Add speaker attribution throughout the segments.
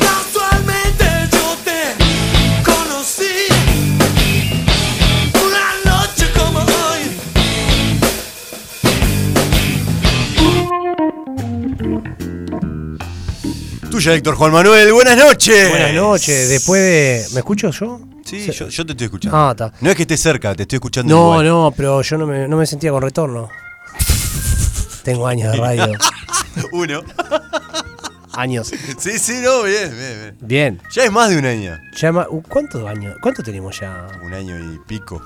Speaker 1: Casualmente yo te conocí una noche como hoy.
Speaker 2: Tuya, Héctor Juan Manuel, buenas noches.
Speaker 3: Buenas noches. Eh, Después de. ¿Me escucho yo?
Speaker 2: Sí, yo, yo te estoy escuchando.
Speaker 3: Ah, está.
Speaker 2: No es que esté cerca, te estoy escuchando.
Speaker 3: No,
Speaker 2: igual.
Speaker 3: no, pero yo no me, no me sentía con retorno. Tengo años de radio.
Speaker 2: Uno.
Speaker 3: Años.
Speaker 2: Sí, sí, no, bien, bien, bien.
Speaker 3: Bien.
Speaker 2: Ya es más de un año.
Speaker 3: Ya ma- uh, ¿Cuántos años? ¿Cuánto tenemos ya?
Speaker 2: Un año y pico.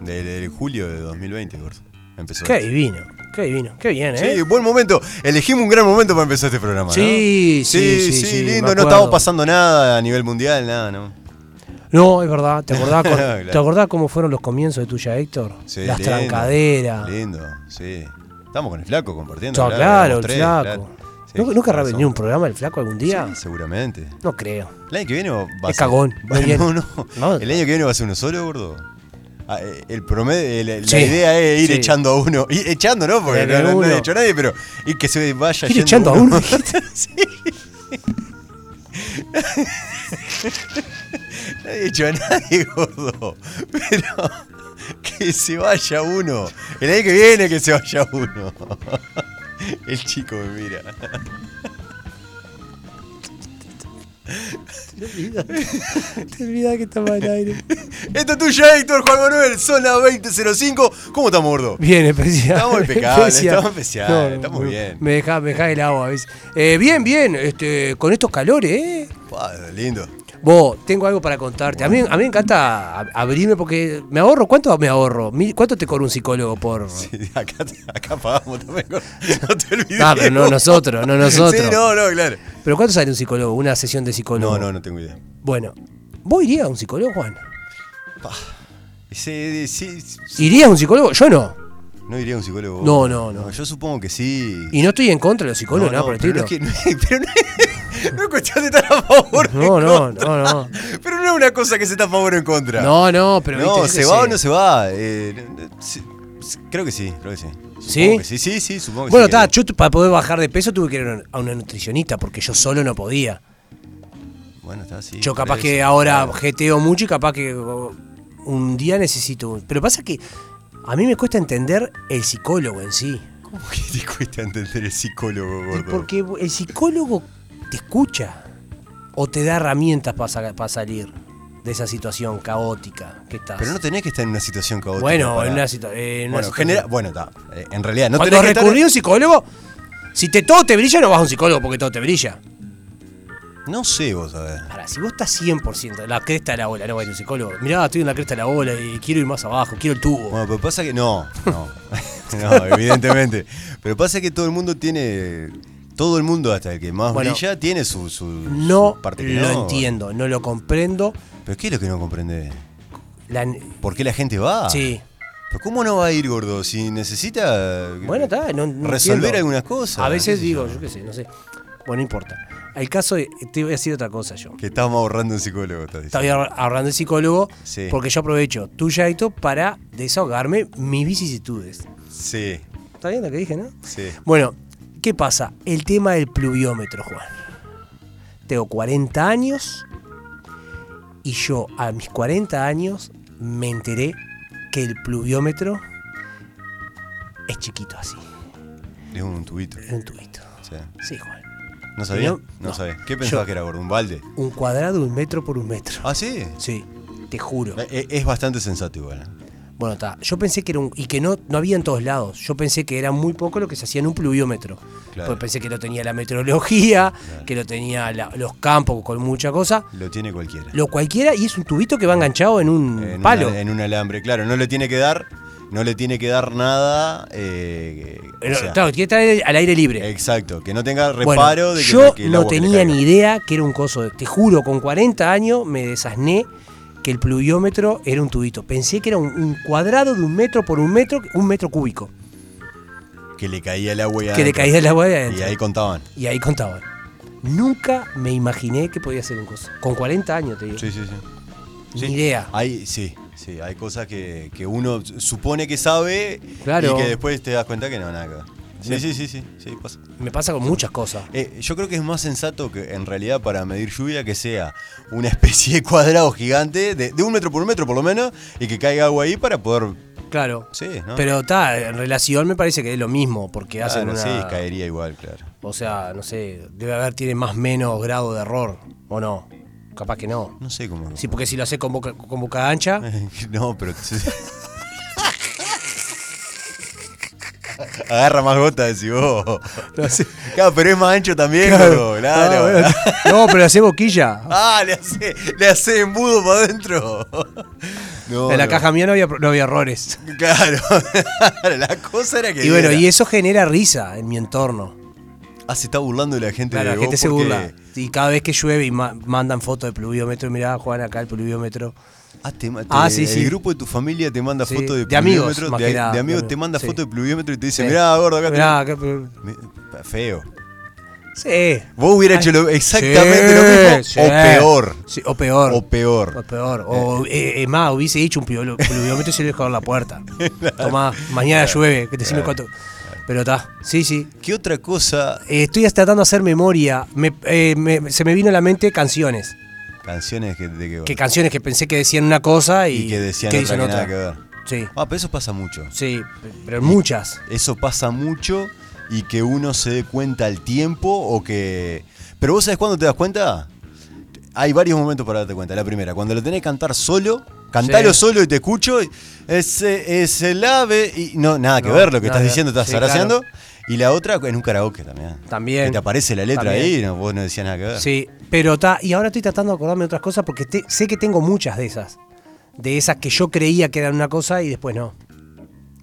Speaker 2: Desde el julio de 2020, gordo. Empezó.
Speaker 3: Qué divino. Qué divino. Qué bien, ¿eh?
Speaker 2: Sí, buen momento. Elegimos un gran momento para empezar este programa. ¿no?
Speaker 3: Sí, sí, sí,
Speaker 2: sí,
Speaker 3: sí, me
Speaker 2: lindo. No
Speaker 3: acuerdo.
Speaker 2: estamos pasando nada a nivel mundial, nada, ¿no?
Speaker 3: No, es verdad. ¿Te acordás, con-
Speaker 2: Claro.
Speaker 3: ¿Te acordás cómo fueron los comienzos de tuya, Héctor?
Speaker 2: Sí,
Speaker 3: Las
Speaker 2: lindo,
Speaker 3: trancaderas.
Speaker 2: Lindo, sí. Estamos con el flaco compartiendo.
Speaker 3: Chao, claro, el
Speaker 2: éramos tres,
Speaker 3: flaco.
Speaker 2: claro. Sí,
Speaker 3: ¿Nunca, nunca habrá
Speaker 2: razón.
Speaker 3: venido un programa el flaco algún día?
Speaker 2: Sí, seguramente.
Speaker 3: No creo.
Speaker 2: El año que viene va a
Speaker 3: Es cagón, no
Speaker 2: va-
Speaker 3: viene.
Speaker 2: no, no.
Speaker 3: No.
Speaker 2: El año que viene va a ser uno solo, gordo. Ah, eh, El promedio, el- el-
Speaker 3: Sí,
Speaker 2: la idea es ir
Speaker 3: sí.
Speaker 2: echando a uno. Ir echando, ¿no? Porque no,
Speaker 3: Desde
Speaker 2: no- no
Speaker 3: uno.
Speaker 2: ha hecho nadie, pero. Y que se vaya
Speaker 3: ¿Ir
Speaker 2: yendo
Speaker 3: echando a uno? dijiste?
Speaker 2: No he hecho a nadie, gordo. Pero. Que se vaya uno. El año que viene que se vaya uno. El chico me mira.
Speaker 3: Te olvidás que estaba al aire.
Speaker 2: Esto Este es tuyo, Héctor Juan Manuel, zona 2005. ¿Cómo estamos, gordo?
Speaker 3: Bien, especial.
Speaker 2: Estamos impecables, estamos especiales, estamos bien.
Speaker 3: Me deja, me deja el agua, ¿ves? Eh, bien, bien, este, con estos calores, ¿eh?
Speaker 2: Pa, lindo.
Speaker 3: Vos, tengo algo para contarte. A mí, a mí me encanta ab- abrirme porque me ahorro. ¿Cuánto me ahorro? Mil- ¿Cuánto te cobra un psicólogo por.?
Speaker 2: Acá, acá pagamos también. gordo. No te olvides.
Speaker 3: Ah, pero no nosotros, no nosotros.
Speaker 2: Sí, no, no, claro.
Speaker 3: ¿Pero cuánto sale un psicólogo? Una sesión de psicólogo.
Speaker 2: No, no, no tengo idea.
Speaker 3: Bueno, ¿vos irías a un psicólogo, Juan?
Speaker 2: Sí, sí, sí.
Speaker 3: ¿Irías a un psicólogo? Yo no.
Speaker 2: No diría un psicólogo.
Speaker 3: No, no, no.
Speaker 2: Yo supongo que sí.
Speaker 3: Y no estoy en contra de los psicólogos, nada por el
Speaker 2: pero no,
Speaker 3: estilo.
Speaker 2: es que- no es- pero no, no es cuestión de estar a favor. o en
Speaker 3: No, no,
Speaker 2: contra.
Speaker 3: no, no.
Speaker 2: Pero no es una cosa que se está a favor o en contra.
Speaker 3: No, no, pero.
Speaker 2: No,
Speaker 3: viste, yo
Speaker 2: ¿se
Speaker 3: qué
Speaker 2: va
Speaker 3: sé.
Speaker 2: o no se va? Eh, no, no, sí, sí, creo que sí, creo que sí. Supongo
Speaker 3: ¿Sí?
Speaker 2: que sí, sí, sí, supongo que
Speaker 3: Bueno,
Speaker 2: sí.
Speaker 3: está, yo tu- para poder bajar de peso tuve que ir a una- a una nutricionista porque yo solo no podía.
Speaker 2: Bueno, está, sí.
Speaker 3: Yo
Speaker 2: por
Speaker 3: capaz que
Speaker 2: eso,
Speaker 3: ahora
Speaker 2: claro.
Speaker 3: jeteo mucho y capaz que oh, un día necesito. Pero pasa que a mí me cuesta entender el psicólogo en sí.
Speaker 2: ¿Cómo que te cuesta entender el psicólogo,
Speaker 3: Y
Speaker 2: gordo?
Speaker 3: porque el psicólogo te escucha o te da herramientas para salir de esa situación caótica que estás.
Speaker 2: Pero no tenés que estar en una situación caótica.
Speaker 3: bueno,
Speaker 2: para-
Speaker 3: en una, situa- eh, en una
Speaker 2: Bueno,
Speaker 3: situación-
Speaker 2: genera... bueno, está. eh, En realidad, no
Speaker 3: Cuando
Speaker 2: tenés que estar...
Speaker 3: recurrí a un psicólogo, si te, todo te brilla, no vas a un psicólogo porque todo te brilla.
Speaker 2: No sé vos, a ver.
Speaker 3: Ahora, si vos estás 100% en la cresta de la ola, no vayas a un psicólogo. Mirá, estoy en la cresta de la ola y quiero ir más abajo, quiero el tubo.
Speaker 2: Bueno, pero pasa que. No, no. no, evidentemente. Pero pasa que todo el mundo tiene. Todo el mundo, hasta el que más
Speaker 3: Bueno,
Speaker 2: brilla, tiene su, su,
Speaker 3: no
Speaker 2: su parte que
Speaker 3: lo
Speaker 2: no.
Speaker 3: entiendo, no lo comprendo.
Speaker 2: ¿Pero qué es lo que no comprende?
Speaker 3: La-
Speaker 2: ¿Por qué la gente va?
Speaker 3: Sí.
Speaker 2: ¿Pero cómo no va a ir, gordo? Si necesita.
Speaker 3: Bueno, está, no- no
Speaker 2: Resolver
Speaker 3: entiendo.
Speaker 2: algunas cosas.
Speaker 3: A veces
Speaker 2: qué sé
Speaker 3: digo,
Speaker 2: yo.
Speaker 3: yo qué sé, no sé. Bueno, no importa. El caso, de- te voy a decir otra cosa yo.
Speaker 2: Que estamos ahorrando un psicólogo. estás diciendo.
Speaker 3: Estaba ahor- ahorrando el psicólogo
Speaker 2: Sí.
Speaker 3: porque yo aprovecho tu yaito para desahogarme mis vicisitudes.
Speaker 2: Sí,
Speaker 3: ¿Está bien lo que dije, no?
Speaker 2: sí.
Speaker 3: Bueno, ¿qué pasa? El tema del pluviómetro, Juan. Tengo 40 años y yo a mis 40 años me enteré que el pluviómetro es chiquito así,
Speaker 2: Es un tubito.
Speaker 3: es un tubito.
Speaker 2: sí.
Speaker 3: Sí, Juan.
Speaker 2: ¿No sabía?
Speaker 3: Eh, No,
Speaker 2: No,
Speaker 3: no.
Speaker 2: sabía. ¿Qué pensabas
Speaker 3: Yo-
Speaker 2: que era, gordo? ¿Un balde?
Speaker 3: Un cuadrado, un metro por un metro.
Speaker 2: Ah, sí.
Speaker 3: Sí, te juro.
Speaker 2: E- Es bastante sensato igual. ¿eh?
Speaker 3: Bueno, está. Yo pensé que era un. Y que no, no había en todos lados. Yo pensé que era muy poco lo que se hacía en un pluviómetro.
Speaker 2: Claro.
Speaker 3: Pues pensé que lo tenía la meteorología, que lo tenía la- los campos con mucha cosa.
Speaker 2: Lo tiene cualquiera.
Speaker 3: Lo cualquiera y es un tubito que va enganchado en un
Speaker 2: en
Speaker 3: palo.
Speaker 2: un ala- en un alambre, claro, no le tiene que dar, no le tiene que dar nada. eh, que- o
Speaker 3: Pero,
Speaker 2: sea,
Speaker 3: claro, tiene que estar al aire libre.
Speaker 2: exacto, que no tenga
Speaker 3: Bueno,
Speaker 2: reparo de que
Speaker 3: yo
Speaker 2: que el
Speaker 3: no
Speaker 2: agua que le
Speaker 3: tenía
Speaker 2: caiga.
Speaker 3: ni idea que era un coso. de- Te juro, con 40 años me desasné que el pluviómetro era un tubito. Pensé que era un, un cuadrado de un metro por un metro, un metro cúbico.
Speaker 2: que le caía el agua y
Speaker 3: Que le
Speaker 2: adentro.
Speaker 3: caía el agua de
Speaker 2: y
Speaker 3: adentro.
Speaker 2: ahí contaban.
Speaker 3: Y ahí contaban. Nunca me imaginé que podía ser un coso. Con 40 años, te digo.
Speaker 2: Sí, sí, sí.
Speaker 3: Ni
Speaker 2: Sí. Ah.
Speaker 3: idea.
Speaker 2: Hay, sí, sí, hay cosas que, que uno supone que sabe
Speaker 3: Claro.
Speaker 2: y que después te das cuenta que no, nada. que ver. Sí, sí, sí, sí, sí, pasa.
Speaker 3: Me pasa con muchas cosas.
Speaker 2: Eh, yo creo que es más sensato que en realidad para medir lluvia que sea una especie de cuadrado gigante de, de un metro por un metro por lo menos y que caiga agua ahí para poder...
Speaker 3: Claro.
Speaker 2: Sí, ¿no?
Speaker 3: Pero está, en relación me parece que es lo mismo, porque hacen
Speaker 2: Claro,
Speaker 3: una...
Speaker 2: sí, caería igual, claro.
Speaker 3: O sea, no sé, debe haber, tiene más menos grado de error, ¿o no? Capaz que no.
Speaker 2: No sé cómo...
Speaker 3: Sí, porque si lo hace con boca, con boca ancha,
Speaker 2: Eh, no, pero... Agarra más gotas, decís vos. Claro, pero es más ancho también, gordo, claro.
Speaker 3: Ah, bueno. No, pero hace boquilla.
Speaker 2: Ah, le hace, le hace embudo para adentro. No,
Speaker 3: en la
Speaker 2: no.
Speaker 3: caja mía no había, no había errores.
Speaker 2: Claro. la cosa era que.
Speaker 3: Y bueno,
Speaker 2: diera.
Speaker 3: y eso genera risa en mi entorno.
Speaker 2: Ah, se está burlando de la gente
Speaker 3: Claro,
Speaker 2: de
Speaker 3: la gente
Speaker 2: vos
Speaker 3: se
Speaker 2: porque-
Speaker 3: burla. Y cada vez que llueve y ma- mandan fotos de pluviómetro, mirá, Juan, acá el pluviómetro.
Speaker 2: Ah, te, ma-
Speaker 3: Ah,
Speaker 2: te-
Speaker 3: sí, sí.
Speaker 2: El grupo de tu familia te manda
Speaker 3: Sí,
Speaker 2: fotos de,
Speaker 3: de amigos,
Speaker 2: pluviómetro,
Speaker 3: más
Speaker 2: de,
Speaker 3: que nada,
Speaker 2: de amigos
Speaker 3: de
Speaker 2: te
Speaker 3: amigos,
Speaker 2: manda
Speaker 3: sí.
Speaker 2: fotos de pluviómetro y te dice,
Speaker 3: Sí.
Speaker 2: mirá, gordo, acá
Speaker 3: Mirá, acá, pero-
Speaker 2: te- Me- Feo.
Speaker 3: Sí.
Speaker 2: Vos hubieras
Speaker 3: Ay,
Speaker 2: hecho lo- exactamente
Speaker 3: sí,
Speaker 2: lo mismo
Speaker 3: sí.
Speaker 2: o peor.
Speaker 3: Sí, o peor.
Speaker 2: O peor.
Speaker 3: O peor. O, eh, eh, más, hubiese dicho un plu- pluviómetro y se lo dejaba en la puerta. Tomá, mañana llueve, que te sirve cuánto. Pero está, sí, sí.
Speaker 2: ¿Qué otra cosa?
Speaker 3: Eh, estoy tratando de hacer memoria. Me- eh, me- se me vino a la mente canciones.
Speaker 2: Canciones que, de que,
Speaker 3: Que canciones que pensé que decían una cosa y,
Speaker 2: y que decían
Speaker 3: que
Speaker 2: otra
Speaker 3: dicen
Speaker 2: que
Speaker 3: otra.
Speaker 2: nada que ver.
Speaker 3: Sí,
Speaker 2: Ah, pero eso pasa mucho.
Speaker 3: sí, pero muchas.
Speaker 2: Eso pasa mucho y que uno se dé cuenta al tiempo o que... Pero vos sabés cuándo te das cuenta? Hay varios momentos para darte cuenta. La primera, cuando lo tenés que cantar solo, cantalo
Speaker 3: Sí.
Speaker 2: solo y te escucho, y- ese es el ave y no, nada que
Speaker 3: No,
Speaker 2: ver lo que
Speaker 3: nada
Speaker 2: estás
Speaker 3: que-
Speaker 2: diciendo, estás
Speaker 3: sí,
Speaker 2: zaraseando. Y la otra en un karaoke también.
Speaker 3: También.
Speaker 2: Que te aparece la letra
Speaker 3: También.
Speaker 2: ahí y no, vos no decías nada que ver.
Speaker 3: Sí, pero está. Y ahora estoy tratando de acordarme de otras cosas porque te- sé que tengo muchas de esas. De esas que yo creía que eran una cosa y después no.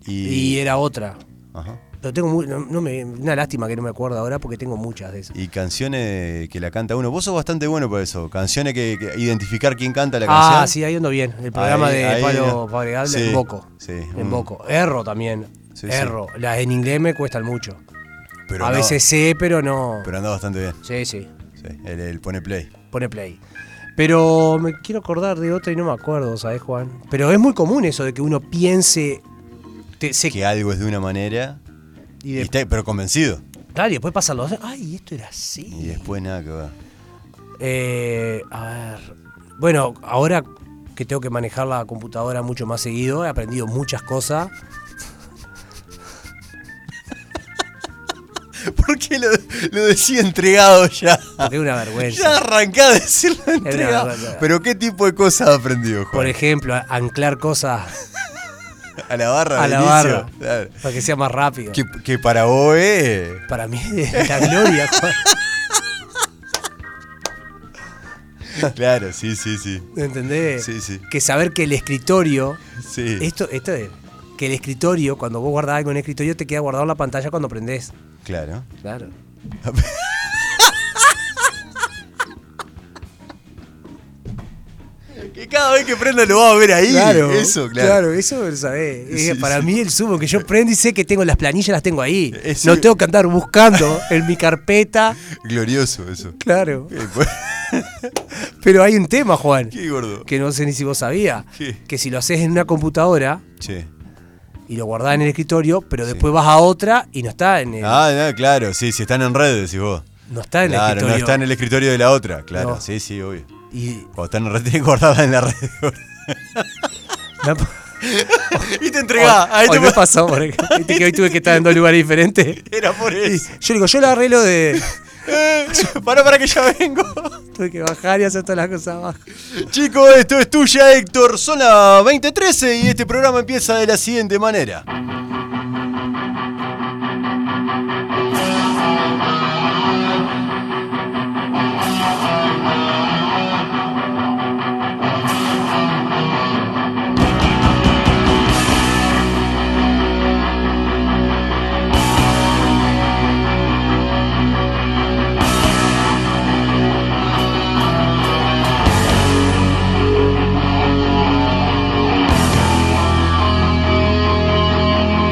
Speaker 3: Y, eh,
Speaker 2: Y,
Speaker 3: era otra.
Speaker 2: ajá.
Speaker 3: Pero tengo muy, no, no me, una lástima que no me acuerdo ahora porque tengo muchas de esas.
Speaker 2: Y canciones que la canta uno. Vos sos bastante bueno para eso. Canciones que, que- identificar quién canta la
Speaker 3: ah,
Speaker 2: canción.
Speaker 3: sí, ahí ando bien. El programa
Speaker 2: Ahí-
Speaker 3: de
Speaker 2: ahí
Speaker 3: Pablo
Speaker 2: no.
Speaker 3: Fabregal
Speaker 2: Sí,
Speaker 3: en Boco.
Speaker 2: sí,
Speaker 3: en
Speaker 2: mm.
Speaker 3: Boco. Erro también.
Speaker 2: Sí, sí.
Speaker 3: Erro. Las en inglés me cuestan mucho.
Speaker 2: Pero
Speaker 3: a
Speaker 2: no,
Speaker 3: veces sé, pero no.
Speaker 2: Pero anda bastante bien.
Speaker 3: Sí, sí.
Speaker 2: Sí, el, el pone play.
Speaker 3: pone play. Pero me quiero acordar de otra y no me acuerdo, ¿sabes, Juan? Pero es muy común eso de que uno piense. te- se-
Speaker 2: Que algo es de una manera,
Speaker 3: y,
Speaker 2: y
Speaker 3: de-
Speaker 2: está- pero convencido.
Speaker 3: claro, y después pasan los. ¡Ay, esto era así!
Speaker 2: Y después nada que ver.
Speaker 3: Eh, a ver. Bueno, ahora que tengo que manejar la computadora mucho más seguido, he aprendido muchas cosas.
Speaker 2: ¿Por qué lo, lo decía entregado ya?
Speaker 3: Porque es una vergüenza.
Speaker 2: Ya arrancaba a decirlo entregado.
Speaker 3: verdad.
Speaker 2: Pero ¿qué tipo de cosas aprendió, Juan?
Speaker 3: Por ejemplo, a- anclar cosas
Speaker 2: a la barra.
Speaker 3: a
Speaker 2: de
Speaker 3: la
Speaker 2: inicio.
Speaker 3: barra
Speaker 2: Claro.
Speaker 3: para que sea más rápido.
Speaker 2: Que, que para vos eh,
Speaker 3: Para mí es la gloria, Juan.
Speaker 2: Claro, sí, sí, sí.
Speaker 3: ¿Entendés?
Speaker 2: Sí, sí.
Speaker 3: Que saber que el escritorio
Speaker 2: Sí.
Speaker 3: Esto, esto es que el escritorio, cuando vos guardás algo en el escritorio, te queda guardado en la pantalla cuando prendés.
Speaker 2: Claro.
Speaker 3: Claro.
Speaker 2: Que cada vez que prenda lo vas a ver ahí. Eso, claro.
Speaker 3: eso lo sabés.
Speaker 2: Sí,
Speaker 3: Eh, para
Speaker 2: sí.
Speaker 3: mí el sumo que yo prendo y sé que tengo las planillas, las tengo ahí.
Speaker 2: Eh, sí.
Speaker 3: No tengo que andar buscando en mi carpeta.
Speaker 2: Glorioso eso.
Speaker 3: Claro.
Speaker 2: Eh, pues,
Speaker 3: Pero hay un tema, Juan,
Speaker 2: Qué gordo.
Speaker 3: que no sé ni si vos sabías.
Speaker 2: ¿Qué?
Speaker 3: Que si lo haces en una computadora
Speaker 2: Che.
Speaker 3: Eh. y lo guardás en el escritorio, pero después vas a otra y no está en el,
Speaker 2: Ah, no, claro, sí, si están en redes, y vos.
Speaker 3: no está en el
Speaker 2: claro, no
Speaker 3: escritorio.
Speaker 2: está en el escritorio de la otra, claro,
Speaker 3: No.
Speaker 2: sí, sí, obvio.
Speaker 3: Y
Speaker 2: Cuando están en red, tenés que guardarla en la red.
Speaker 3: me ha-
Speaker 2: y te entregás, ahí
Speaker 3: hoy
Speaker 2: te
Speaker 3: me pasó, por ejemplo. Viste que hoy tuve que estar en dos lugares diferentes.
Speaker 2: Era por eso.
Speaker 3: Yo digo, yo lo arreglo de.
Speaker 2: para, para que ya vengo.
Speaker 3: Tuve que bajar y hacer todas las cosas abajo.
Speaker 2: Chicos, esto es tuya, Héctor. Son las 20.13 y este programa empieza de la siguiente manera.
Speaker 4: Thank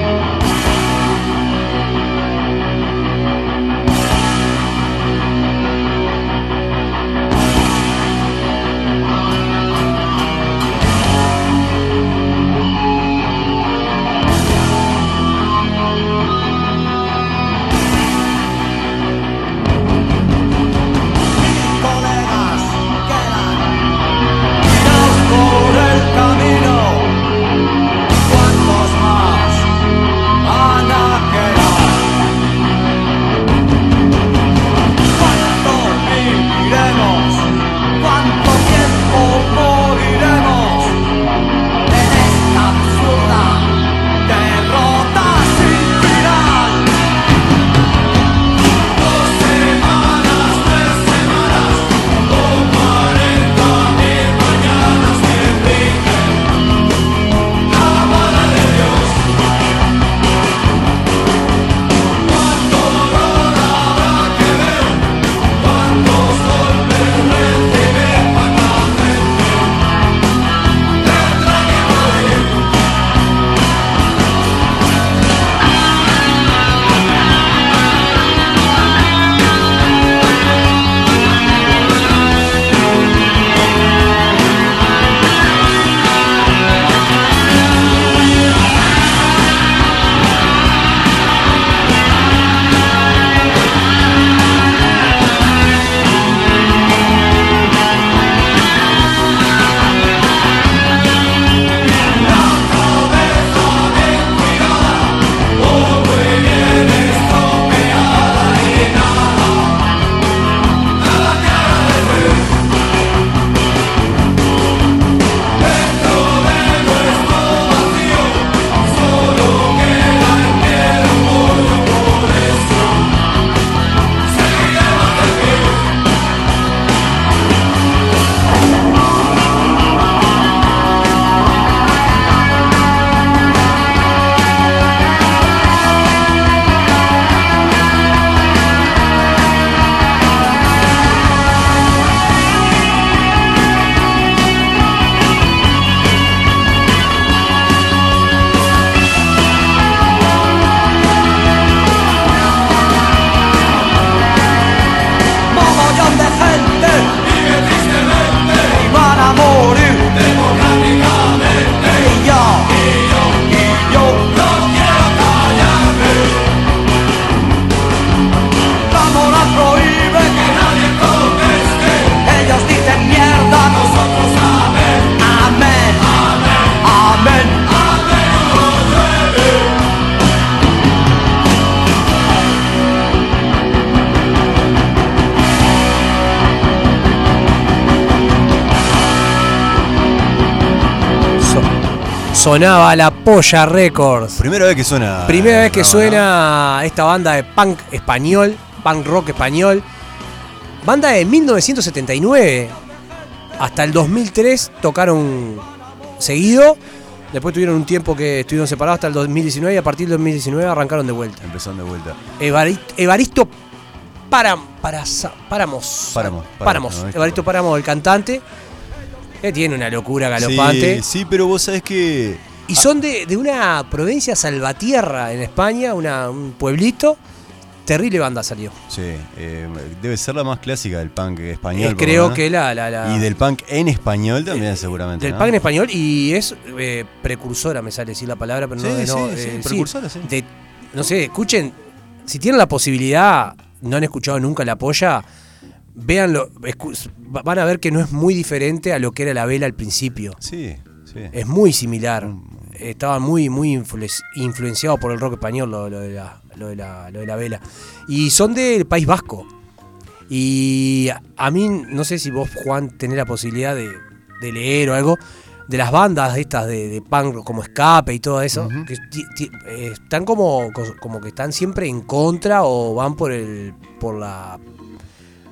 Speaker 3: sonaba la Polla Records.
Speaker 2: Primera vez que suena.
Speaker 3: Primera vez que
Speaker 2: no,
Speaker 3: suena esta banda de punk español, punk rock español. Banda de 1979. Hasta el 2003 tocaron seguido. Después tuvieron un tiempo que estuvieron separados hasta el 2019 y a partir del 2019 arrancaron de vuelta.
Speaker 2: ¿no? Empezaron de vuelta.
Speaker 3: Evari- Evaristo Param, Paraza- Páramos.
Speaker 2: Páramo, Páramo,
Speaker 3: Páramos.
Speaker 2: Evaristo
Speaker 3: Evaristo Páramos, el cantante. que tiene una locura galopante.
Speaker 2: Sí, sí, pero vos sabés que.
Speaker 3: Y son de, de una provincia Salvatierra en España, una- un pueblito. Terrible banda salió.
Speaker 2: Sí, eh, debe ser la más clásica del punk español.
Speaker 3: Es,
Speaker 2: por lo
Speaker 3: Eh, creo
Speaker 2: menos.
Speaker 3: que la. la- la-
Speaker 2: ¿eh?
Speaker 3: Eh,
Speaker 2: Y del punk en español también, seguramente.
Speaker 3: del
Speaker 2: ¿no?
Speaker 3: punk en español y es eh, precursora, me sale decir la palabra, pero no,
Speaker 2: Sí,
Speaker 3: no,
Speaker 2: sí, sí,
Speaker 3: eh,
Speaker 2: precursora, sí.
Speaker 3: de- no sé, escuchen, si tienen la posibilidad, no han escuchado nunca la polla, véanlo, escu- va- van a ver que no es muy diferente a lo que era la vela al principio.
Speaker 2: Sí, sí.
Speaker 3: Es muy similar. Estaba muy, muy influ- influenciado por el rock español, lo, lo de la, lo, de la, lo de la vela. Y son del País Vasco. Y a mí, no sé si vos, Juan, tenés la posibilidad de, de leer o algo, de las bandas estas de, de punk como Escape y todo eso, que ti- ti- eh, están como, cos- como que están siempre en contra o van por el por la...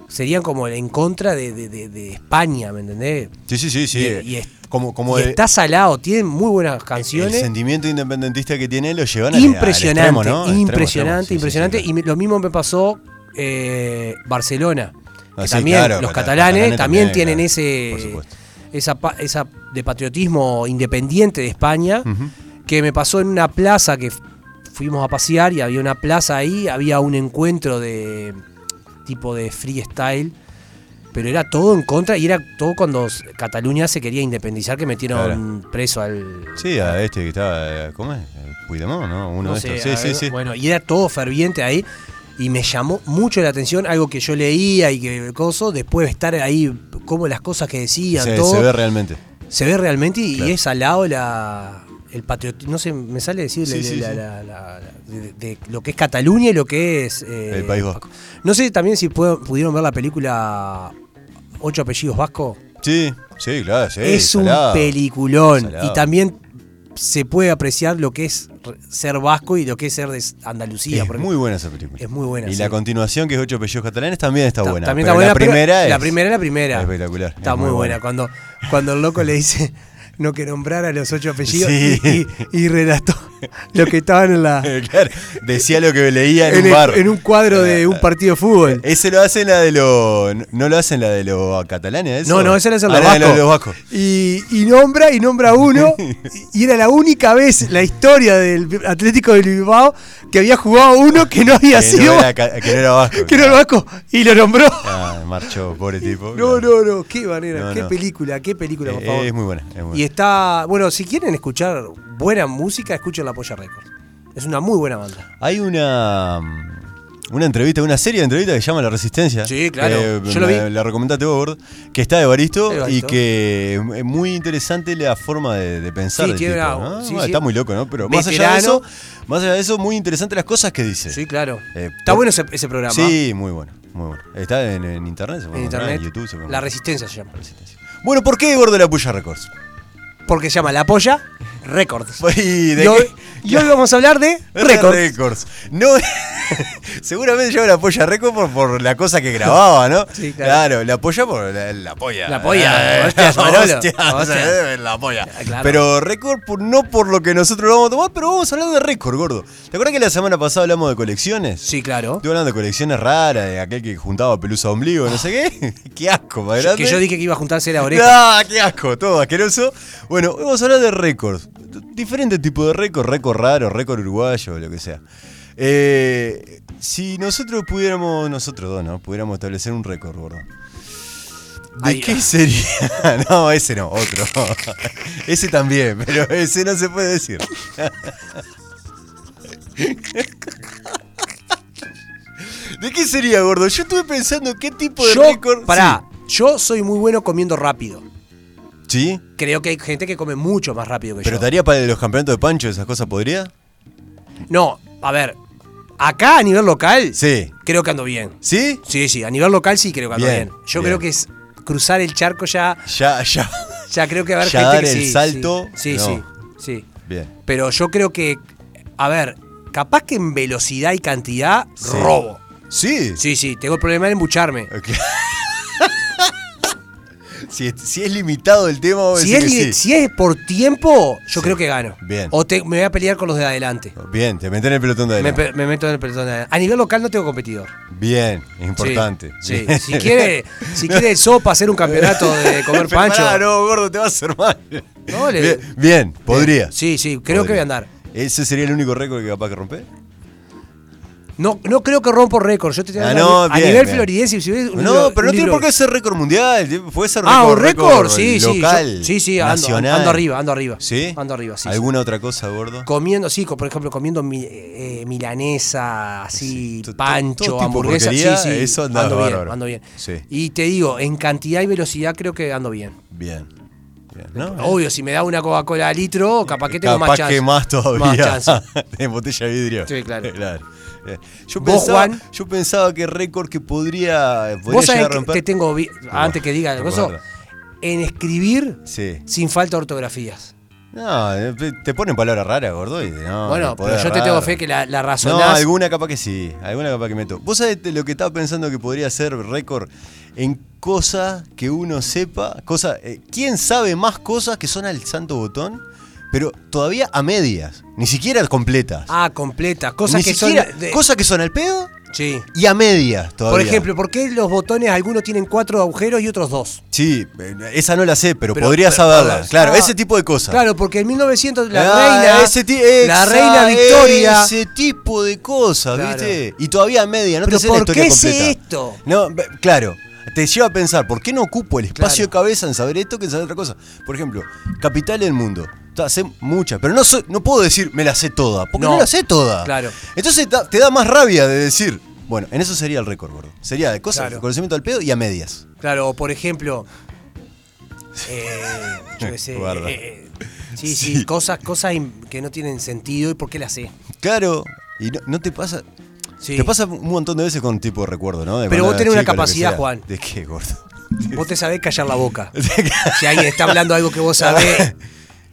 Speaker 3: Serían como en contra de, de- de- de España, ¿me entendés?
Speaker 2: Sí, sí, sí, sí.
Speaker 3: Y- y es-
Speaker 2: como como
Speaker 3: y
Speaker 2: el,
Speaker 3: está salado, tiene muy buenas
Speaker 2: el
Speaker 3: canciones.
Speaker 2: sentimiento independentista que tiene lo llevan al- al
Speaker 3: impresionante,
Speaker 2: extremo, ¿no? Al extremo,
Speaker 3: impresionante,
Speaker 2: extremo, sí, sí,
Speaker 3: impresionante.
Speaker 2: sí,
Speaker 3: Y me- lo mismo me pasó eh, Barcelona.
Speaker 2: Ah,
Speaker 3: que
Speaker 2: sí,
Speaker 3: también
Speaker 2: claro,
Speaker 3: los
Speaker 2: cata-
Speaker 3: catalanes,
Speaker 2: catalanes
Speaker 3: también,
Speaker 2: también,
Speaker 3: tienen
Speaker 2: claro, por
Speaker 3: ese
Speaker 2: supuesto.
Speaker 3: esa, pa- esa de patriotismo independiente de España
Speaker 2: Ujú.
Speaker 3: que me pasó en una plaza que f- fuimos a pasear y había una plaza ahí, había un encuentro de tipo de freestyle, pero era todo en contra y era todo cuando s- Cataluña se quería independizar que metieron preso al
Speaker 2: Sí, a este que estaba, eh, ¿cómo es? Eh, Puigdemont, ¿no? Uno
Speaker 3: no
Speaker 2: de
Speaker 3: sé,
Speaker 2: estos.
Speaker 3: a
Speaker 2: Sí, sí,
Speaker 3: ver,
Speaker 2: sí.
Speaker 3: Bueno, y era todo ferviente ahí. Y me llamó mucho la atención algo que yo leía y que coso, después de estar ahí, como las cosas que decían,
Speaker 2: se,
Speaker 3: todo,
Speaker 2: se ve realmente.
Speaker 3: realmente y, y
Speaker 2: Claro.
Speaker 3: es al lado la, el patriotismo, no sé, me sale decir
Speaker 2: Sí,
Speaker 3: la-
Speaker 2: sí,
Speaker 3: la-
Speaker 2: sí.
Speaker 3: la- la- la- de, de lo que es Cataluña y lo que es... eh,
Speaker 2: El País Vasco.
Speaker 3: No sé también si puedo- pudieron ver la película Ocho Apellidos Vasco.
Speaker 2: Sí, sí, claro, sí.
Speaker 3: es
Speaker 2: salado.
Speaker 3: un peliculón.
Speaker 2: Salado.
Speaker 3: Y también se puede apreciar lo que es re- ser vasco y lo que es ser de S- Andalucía.
Speaker 2: Es
Speaker 3: porque
Speaker 2: muy buena esa película.
Speaker 3: es muy buena,
Speaker 2: Y
Speaker 3: sí.
Speaker 2: la continuación, que es Ocho Apellidos Catalanes, también está
Speaker 3: ta-
Speaker 2: buena.
Speaker 3: también
Speaker 2: pero
Speaker 3: está buena,
Speaker 2: La
Speaker 3: pero
Speaker 2: primera es.
Speaker 3: La primera es la primera.
Speaker 2: espectacular,
Speaker 3: Está
Speaker 2: es
Speaker 3: muy
Speaker 2: muy
Speaker 3: buena.
Speaker 2: buena.
Speaker 3: Cuando, cuando el loco le dice no que nombrar a los ocho apellidos
Speaker 2: Sí.
Speaker 3: y, y- y relató lo que estaban en la.
Speaker 2: Claro, decía lo que leía en,
Speaker 3: en
Speaker 2: un
Speaker 3: el-
Speaker 2: bar. Ah,
Speaker 3: en un cuadro de un partido de fútbol.
Speaker 2: Ese lo hacen la de los. No lo hacen la de los catalanes, ¿eso?
Speaker 3: No, no, esa era
Speaker 2: Ah, la de los
Speaker 3: los
Speaker 2: vascos.
Speaker 3: vascos. Y, y nombra, y nombra a uno. y era la única vez en la historia del Atlético de Bilbao que había jugado uno que no había
Speaker 2: Que
Speaker 3: sido.
Speaker 2: no, era, ca- que no era vasco.
Speaker 3: que era el vasco. Y lo nombró.
Speaker 2: Ah, marchó, pobre tipo.
Speaker 3: No,
Speaker 2: claro.
Speaker 3: no, no. Qué manera,
Speaker 2: No,
Speaker 3: qué
Speaker 2: no.
Speaker 3: película, qué película, por
Speaker 2: Eh,
Speaker 3: favor.
Speaker 2: es muy buena. Es muy buena.
Speaker 3: Y está. Bueno, si quieren escuchar buena música, escuchen La Polla Records. Es una muy buena banda.
Speaker 2: Hay una. mm, Una entrevista, una serie de entrevistas que se llama La Resistencia.
Speaker 3: Sí, claro.
Speaker 2: que
Speaker 3: Yo lo
Speaker 2: me-
Speaker 3: vi.
Speaker 2: La recomendaste vos, Gordo, Que está de Baristo y
Speaker 3: Evaristo.
Speaker 2: que es muy interesante la forma de, de pensar.
Speaker 3: Sí,
Speaker 2: del
Speaker 3: tiene
Speaker 2: tipo,
Speaker 3: una-
Speaker 2: ¿no?
Speaker 3: sí,
Speaker 2: Bueno,
Speaker 3: sí.
Speaker 2: Está muy loco, ¿no? Pero más allá, de
Speaker 3: Veterano.
Speaker 2: eso, más allá de eso, muy interesante las cosas que dice.
Speaker 3: Sí, claro.
Speaker 2: Eh,
Speaker 3: está
Speaker 2: por-
Speaker 3: bueno ese, ese programa. ¿eh?
Speaker 2: Sí, muy bueno, muy bueno. Está en, en internet, se puede
Speaker 3: En
Speaker 2: encontrar,
Speaker 3: internet.
Speaker 2: en YouTube. Se puede
Speaker 3: la
Speaker 2: encontrar.
Speaker 3: Resistencia se llama.
Speaker 2: Bueno, ¿por qué Gordo de la Puya Records?
Speaker 3: Porque se llama La Polla Records.
Speaker 2: ¿Y de
Speaker 3: Y hoy,
Speaker 2: qué?
Speaker 3: y hoy vamos a hablar de récords.
Speaker 2: Records. No, seguramente yo la apoya Records por, por la cosa que grababa, ¿no?
Speaker 3: Sí, claro.
Speaker 2: la apoya por la, la polla.
Speaker 3: La polla,
Speaker 2: Eh,
Speaker 3: hostia, Manolo.
Speaker 2: hostia,
Speaker 3: Hostia.
Speaker 2: eh, la polla.
Speaker 3: Ah, claro.
Speaker 2: Pero Record por, no por lo que nosotros lo vamos a tomar, pero vamos a hablar de Record, gordo. ¿Te acuerdas que la semana pasada hablamos de colecciones?
Speaker 3: Sí, claro.
Speaker 2: Estuve hablando de colecciones raras, de aquel que juntaba pelusa de ombligo, no sé qué. qué asco, para
Speaker 3: Que yo dije que iba a juntarse la oreja.
Speaker 2: Ah, qué asco, todo asqueroso. Bueno, hoy vamos a hablar de récords. Diferente tipo de récord, récord raro, récord uruguayo, lo que sea. Eh, si nosotros pudiéramos, nosotros dos, ¿no? Pudiéramos establecer un récord, gordo. ¿De
Speaker 3: Ay,
Speaker 2: qué
Speaker 3: ah.
Speaker 2: sería? No, ese no, otro. ese también, pero ese no se puede decir. ¿De qué sería, gordo? Yo estuve pensando qué tipo de
Speaker 3: yo,
Speaker 2: récord.
Speaker 3: pará, yo soy muy bueno comiendo rápido.
Speaker 2: ¿Sí? ¿Sí?
Speaker 3: Creo que hay gente que come mucho más rápido que
Speaker 2: ¿Pero
Speaker 3: yo.
Speaker 2: estaría para los campeonatos de Pancho esas cosas podría?
Speaker 3: No, a ver, acá a nivel local,
Speaker 2: Sí.
Speaker 3: creo que ando bien.
Speaker 2: ¿Sí?
Speaker 3: Sí, sí, a nivel local sí creo que ando bien.
Speaker 2: Bien,
Speaker 3: Yo
Speaker 2: bien.
Speaker 3: creo que es cruzar el charco ya,
Speaker 2: Ya, ya.
Speaker 3: ya creo que va a haber
Speaker 2: Ya
Speaker 3: gente
Speaker 2: dar
Speaker 3: que
Speaker 2: el
Speaker 3: sí,
Speaker 2: salto,
Speaker 3: Sí, sí,
Speaker 2: no.
Speaker 3: sí. sí.
Speaker 2: Bien.
Speaker 3: Pero yo creo que, a ver, capaz que en velocidad y cantidad,
Speaker 2: Sí.
Speaker 3: robo.
Speaker 2: Sí.
Speaker 3: Sí, sí, tengo el problema de embucharme.
Speaker 2: Ok. si, es, si es limitado el tema, vos
Speaker 3: Si
Speaker 2: decís
Speaker 3: es,
Speaker 2: que
Speaker 3: li-
Speaker 2: sí.
Speaker 3: si es por tiempo, yo creo que gano.
Speaker 2: Bien.
Speaker 3: O te- me voy a pelear con los de adelante.
Speaker 2: Bien, te metés en el pelotón de
Speaker 3: Me,
Speaker 2: adelante.
Speaker 3: pe- me meto en el pelotón de adelante. A nivel local no tengo competidor.
Speaker 2: Bien, es importante.
Speaker 3: Sí,
Speaker 2: Bien.
Speaker 3: sí. Si quiere, si quiere sopa hacer un campeonato de comer
Speaker 2: Pará,
Speaker 3: pancho.
Speaker 2: no, gordo, te vas a hacer mal.
Speaker 3: No, le-
Speaker 2: bien, bien, podría.
Speaker 3: Sí, sí, creo que voy a andar.
Speaker 2: ¿Ese sería el único récord que capaz que rompe?
Speaker 3: No, no creo que rompo récord. Yo te estoy
Speaker 2: Ah,
Speaker 3: hablando
Speaker 2: no,
Speaker 3: a
Speaker 2: bien,
Speaker 3: nivel
Speaker 2: bien.
Speaker 3: floridense. si hubiese un
Speaker 2: no,
Speaker 3: libro-
Speaker 2: pero no
Speaker 3: un
Speaker 2: tiene
Speaker 3: libro-
Speaker 2: por qué ser récord mundial. Puede ser récord,
Speaker 3: Ah, un récord, sí, sí.
Speaker 2: local,
Speaker 3: yo- sí, sí, ando,
Speaker 2: nacional.
Speaker 3: ando arriba, ando arriba.
Speaker 2: ¿Sí?
Speaker 3: Ando arriba, sí. sí.
Speaker 2: ¿Alguna otra cosa, gordo?
Speaker 3: Comiendo, sí, co- por ejemplo, comiendo mi- eh, milanesa, así,
Speaker 2: Sí, to- to-
Speaker 3: pancho,
Speaker 2: todo tipo de
Speaker 3: hamburguesa. Sí,
Speaker 2: porquería,
Speaker 3: sí,
Speaker 2: eso anda
Speaker 3: ando bien,
Speaker 2: bárbaro.
Speaker 3: ando bien.
Speaker 2: Sí.
Speaker 3: Y te digo, en cantidad y velocidad creo que ando bien.
Speaker 2: Bien. Bien, ¿no?
Speaker 3: Obvio, si me da una Coca-Cola al litro, capaz que tengo
Speaker 2: Capaz
Speaker 3: más chance.
Speaker 2: que más todavía.
Speaker 3: Más chance.
Speaker 2: en botella de vidrio.
Speaker 3: Sí, claro.
Speaker 2: Bien. Yo,
Speaker 3: ¿Vos,
Speaker 2: pensaba,
Speaker 3: Juan?
Speaker 2: yo pensaba que récord que podría, podría
Speaker 3: Vos sabés
Speaker 2: llegar a
Speaker 3: que
Speaker 2: romper.
Speaker 3: te tengo, vi- antes que diga,
Speaker 2: Qué
Speaker 3: gozo,
Speaker 2: guarda.
Speaker 3: en escribir
Speaker 2: Sí.
Speaker 3: sin falta de ortografías.
Speaker 2: No, eh, te- te ponen palabras raras, gordo. Y, no,
Speaker 3: bueno,
Speaker 2: no
Speaker 3: pero
Speaker 2: podés
Speaker 3: yo te
Speaker 2: errar.
Speaker 3: tengo fe que la, la
Speaker 2: No,
Speaker 3: razonás.
Speaker 2: alguna capaz que sí, alguna capaz que meto. ¿Vos sabés lo que estaba pensando que podría ser récord en cosas que uno sepa? Cosa, eh, ¿Quién sabe más cosas que son al santo botón? Pero todavía a medias, ni siquiera completas.
Speaker 3: Ah, completa. Cosas
Speaker 2: ni
Speaker 3: que
Speaker 2: siquiera,
Speaker 3: son. de-
Speaker 2: Cosas que son al pedo
Speaker 3: Sí.
Speaker 2: y a medias todavía.
Speaker 3: Por ejemplo, ¿por qué los botones algunos tienen cuatro agujeros y otros dos?
Speaker 2: Sí, eh, esa no la sé, pero,
Speaker 3: Pero-
Speaker 2: podría
Speaker 3: pero-
Speaker 2: saberla.
Speaker 3: ah,
Speaker 2: claro,
Speaker 3: ah,
Speaker 2: ese tipo de cosas.
Speaker 3: Claro, porque en 1900 la
Speaker 2: Ah,
Speaker 3: reina.
Speaker 2: ese ti-
Speaker 3: la
Speaker 2: exa-
Speaker 3: reina Victoria.
Speaker 2: Ese tipo de cosas,
Speaker 3: Claro.
Speaker 2: ¿viste? Y todavía a media, no
Speaker 3: Pero
Speaker 2: te sé la
Speaker 3: ¿por
Speaker 2: historia
Speaker 3: qué sé
Speaker 2: completa.
Speaker 3: esto?
Speaker 2: No, b- claro. Te lleva a pensar, ¿por qué no ocupo el espacio de cabeza en saber esto que en saber otra cosa? Por ejemplo, capital del mundo. Ta, Sé muchas, pero no, soy- no puedo decir me la sé toda, porque no,
Speaker 3: No.
Speaker 2: la sé toda.
Speaker 3: Claro.
Speaker 2: Entonces ta- te da más rabia de decir, bueno, en eso sería el récord, gordo. Sería de cosas,
Speaker 3: Claro.
Speaker 2: de conocimiento al pedo y a medias.
Speaker 3: Claro, o por ejemplo. eh, yo qué sé.
Speaker 2: Guarda.
Speaker 3: eh, eh, sí, sí, cosas, cosas im- que no tienen sentido y por qué las sé.
Speaker 2: Claro, y no, no te pasa.
Speaker 3: Sí.
Speaker 2: Te pasa un montón de veces con tipo de recuerdo, ¿no? De
Speaker 3: Pero
Speaker 2: cuando
Speaker 3: vos
Speaker 2: eras
Speaker 3: tenés una
Speaker 2: chico, lo que
Speaker 3: capacidad,
Speaker 2: sea.
Speaker 3: Juan.
Speaker 2: ¿De qué, gordo?
Speaker 3: Vos te sabés callar la boca. si alguien está hablando algo que vos sabés.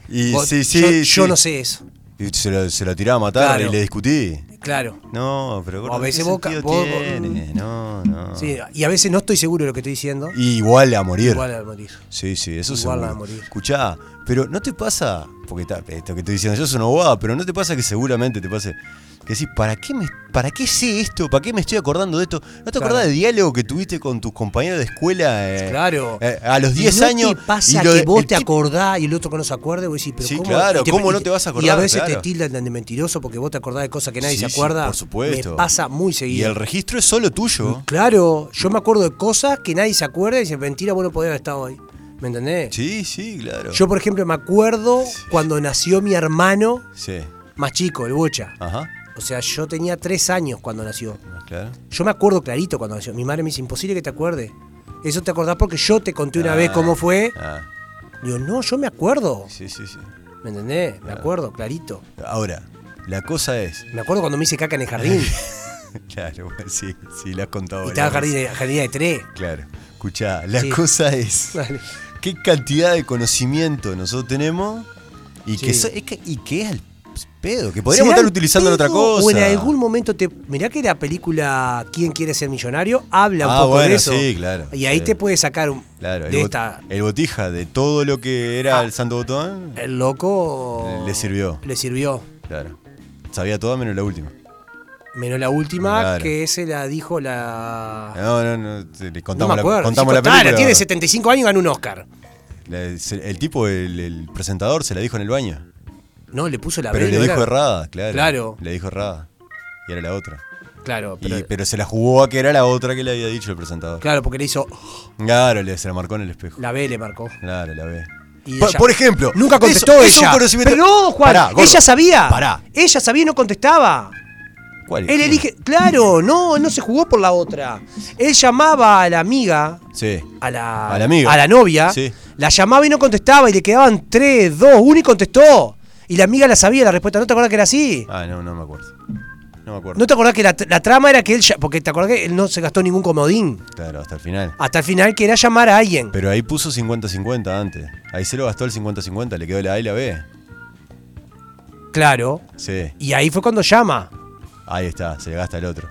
Speaker 2: Y
Speaker 3: vos-
Speaker 2: sí, sí,
Speaker 3: yo,
Speaker 2: sí.
Speaker 3: yo no sé eso.
Speaker 2: Y se lo, se lo tiraba a matar
Speaker 3: Claro.
Speaker 2: y le discutí.
Speaker 3: Claro.
Speaker 2: No, pero gordo,
Speaker 3: a
Speaker 2: ¿qué
Speaker 3: veces vos ca-
Speaker 2: sentido
Speaker 3: vos- vos-
Speaker 2: tiene? No, no.
Speaker 3: Sí, y a veces no estoy seguro de lo que estoy diciendo.
Speaker 2: Ah. Y igual a morir.
Speaker 3: Igual al morir.
Speaker 2: Sí, sí, eso
Speaker 3: Igual
Speaker 2: seguro.
Speaker 3: a morir.
Speaker 2: Escuchá, pero no te pasa, porque ta- esto que estoy diciendo yo es una bobada, pero no te pasa que seguramente te pase que decís, ¿para qué, me, ¿para qué sé esto? ¿Para qué me estoy acordando de esto? ¿No te
Speaker 3: Claro.
Speaker 2: acordás del diálogo que tuviste con tus compañeros de escuela eh,
Speaker 3: Claro.
Speaker 2: eh, a los
Speaker 3: ¿Y
Speaker 2: 10
Speaker 3: no
Speaker 2: años?
Speaker 3: te pasa
Speaker 2: y lo
Speaker 3: que
Speaker 2: de-
Speaker 3: vos
Speaker 2: el
Speaker 3: te
Speaker 2: tip-
Speaker 3: acordás y el otro que no se acuerda? Y vos decís, pero
Speaker 2: Sí,
Speaker 3: ¿cómo?
Speaker 2: claro,
Speaker 3: Y te-
Speaker 2: ¿cómo
Speaker 3: y-
Speaker 2: no te vas a
Speaker 3: Y a
Speaker 2: acordar?
Speaker 3: veces
Speaker 2: Claro.
Speaker 3: te tildan de mentiroso porque vos te acordás de cosas que nadie
Speaker 2: Sí,
Speaker 3: se
Speaker 2: sí,
Speaker 3: acuerda.
Speaker 2: por supuesto.
Speaker 3: Me pasa muy
Speaker 2: Y
Speaker 3: seguido.
Speaker 2: el registro es solo
Speaker 3: Mm.
Speaker 2: tuyo.
Speaker 3: Claro, yo me acuerdo de cosas que nadie se acuerda y dicen, mentira, vos no podías haber estado ahí. ¿Me entendés?
Speaker 2: Sí, sí, claro.
Speaker 3: Yo, por ejemplo, me acuerdo cuando nació mi hermano
Speaker 2: Sí.
Speaker 3: más chico, el Bocha.
Speaker 2: Ajá.
Speaker 3: O sea, yo tenía tres años cuando nació.
Speaker 2: Claro.
Speaker 3: Yo me acuerdo clarito cuando nació. Mi madre me dice, imposible que te acuerdes. Eso te acordás porque yo te conté una vez cómo fue.
Speaker 2: Ah,
Speaker 3: Digo, no, yo me acuerdo.
Speaker 2: sí, sí, sí.
Speaker 3: ¿Me entendés? Me acuerdo, clarito.
Speaker 2: Ahora, la cosa es.
Speaker 3: Me acuerdo cuando me hice caca en el jardín.
Speaker 2: Claro, bueno, sí, sí, la has contado.
Speaker 3: y estaba
Speaker 2: varias
Speaker 3: en jardín,
Speaker 2: veces.
Speaker 3: de- jardín de tres.
Speaker 2: Claro. Escuchá, la
Speaker 3: Sí.
Speaker 2: cosa es.
Speaker 3: Dale.
Speaker 2: ¿Qué cantidad de conocimiento nosotros tenemos? Y,
Speaker 3: Sí.
Speaker 2: que, so- es que, y que es al pedo. Que podríamos
Speaker 3: ¿Será
Speaker 2: estar
Speaker 3: el
Speaker 2: utilizando en otra
Speaker 3: pedo
Speaker 2: cosa.
Speaker 3: O en algún momento te. Mirá que la película ¿Quién quiere ser millonario? habla un
Speaker 2: Ah,
Speaker 3: poco de
Speaker 2: bueno,
Speaker 3: eso.
Speaker 2: sí, claro,
Speaker 3: Y ahí
Speaker 2: sí.
Speaker 3: te puede sacar un,
Speaker 2: Claro, el,
Speaker 3: de
Speaker 2: bot-
Speaker 3: esta.
Speaker 2: el botija de todo lo que era
Speaker 3: Ah.
Speaker 2: el santo botón.
Speaker 3: El loco.
Speaker 2: Le sirvió.
Speaker 3: Le sirvió.
Speaker 2: Claro. Sabía toda menos la última.
Speaker 3: Menos la última,
Speaker 2: Claro.
Speaker 3: que ese la dijo la.
Speaker 2: No, no, no. te- le
Speaker 3: Ah. No
Speaker 2: contamos,
Speaker 3: me
Speaker 2: la,
Speaker 3: acuerdo.
Speaker 2: contamos
Speaker 3: Dijo,
Speaker 2: la
Speaker 3: "Tala,
Speaker 2: película.
Speaker 3: tiene
Speaker 2: ¿verdad?
Speaker 3: 75 años y ganó un Oscar.
Speaker 2: La- se- el tipo, el, el presentador, se la dijo en el baño.
Speaker 3: No, le puso la
Speaker 2: Pero
Speaker 3: B,
Speaker 2: le
Speaker 3: ¿no
Speaker 2: dijo
Speaker 3: era?
Speaker 2: errada, claro.
Speaker 3: Claro.
Speaker 2: Le dijo errada. Y era la otra.
Speaker 3: Claro,
Speaker 2: Y- Pero,
Speaker 3: pero,
Speaker 2: se la jugó a que era la otra que le había dicho el presentador.
Speaker 3: claro, porque le hizo.
Speaker 2: Claro, le, se la marcó en el espejo.
Speaker 3: La B le marcó.
Speaker 2: Claro, la ve.
Speaker 3: Y
Speaker 2: Por,
Speaker 3: ella-
Speaker 2: por ejemplo.
Speaker 3: Nunca
Speaker 2: eso-
Speaker 3: contestó
Speaker 2: eso
Speaker 3: ella.
Speaker 2: es un conocimiento-
Speaker 3: Pero no, Juan.
Speaker 2: Pará, gordo.
Speaker 3: ella sabía.
Speaker 2: Pará.
Speaker 3: Ella sabía y no contestaba.
Speaker 2: ¿Cuál es?
Speaker 3: Él elige. Claro, no, no se jugó por la otra. Él llamaba a la amiga.
Speaker 2: Sí.
Speaker 3: A la,
Speaker 2: A la amiga.
Speaker 3: a la novia.
Speaker 2: Sí.
Speaker 3: La llamaba y no contestaba. Y le quedaban 3, 2, 1 y contestó. Y la amiga la sabía la respuesta. ¿No te acordás que era así?
Speaker 2: Ah, no, no me acuerdo. No me acuerdo.
Speaker 3: ¿No te acordás que la, la trama era que él. ya- Porque te acordás que él no se gastó ningún comodín.
Speaker 2: Claro, hasta el final.
Speaker 3: Hasta el final que era llamar a alguien.
Speaker 2: Pero ahí puso 50-50 antes. Ahí se lo gastó el 50-50, le quedó la A y la B.
Speaker 3: Claro.
Speaker 2: Sí,
Speaker 3: Y ahí fue cuando llama.
Speaker 2: ahí está, se le gasta el otro.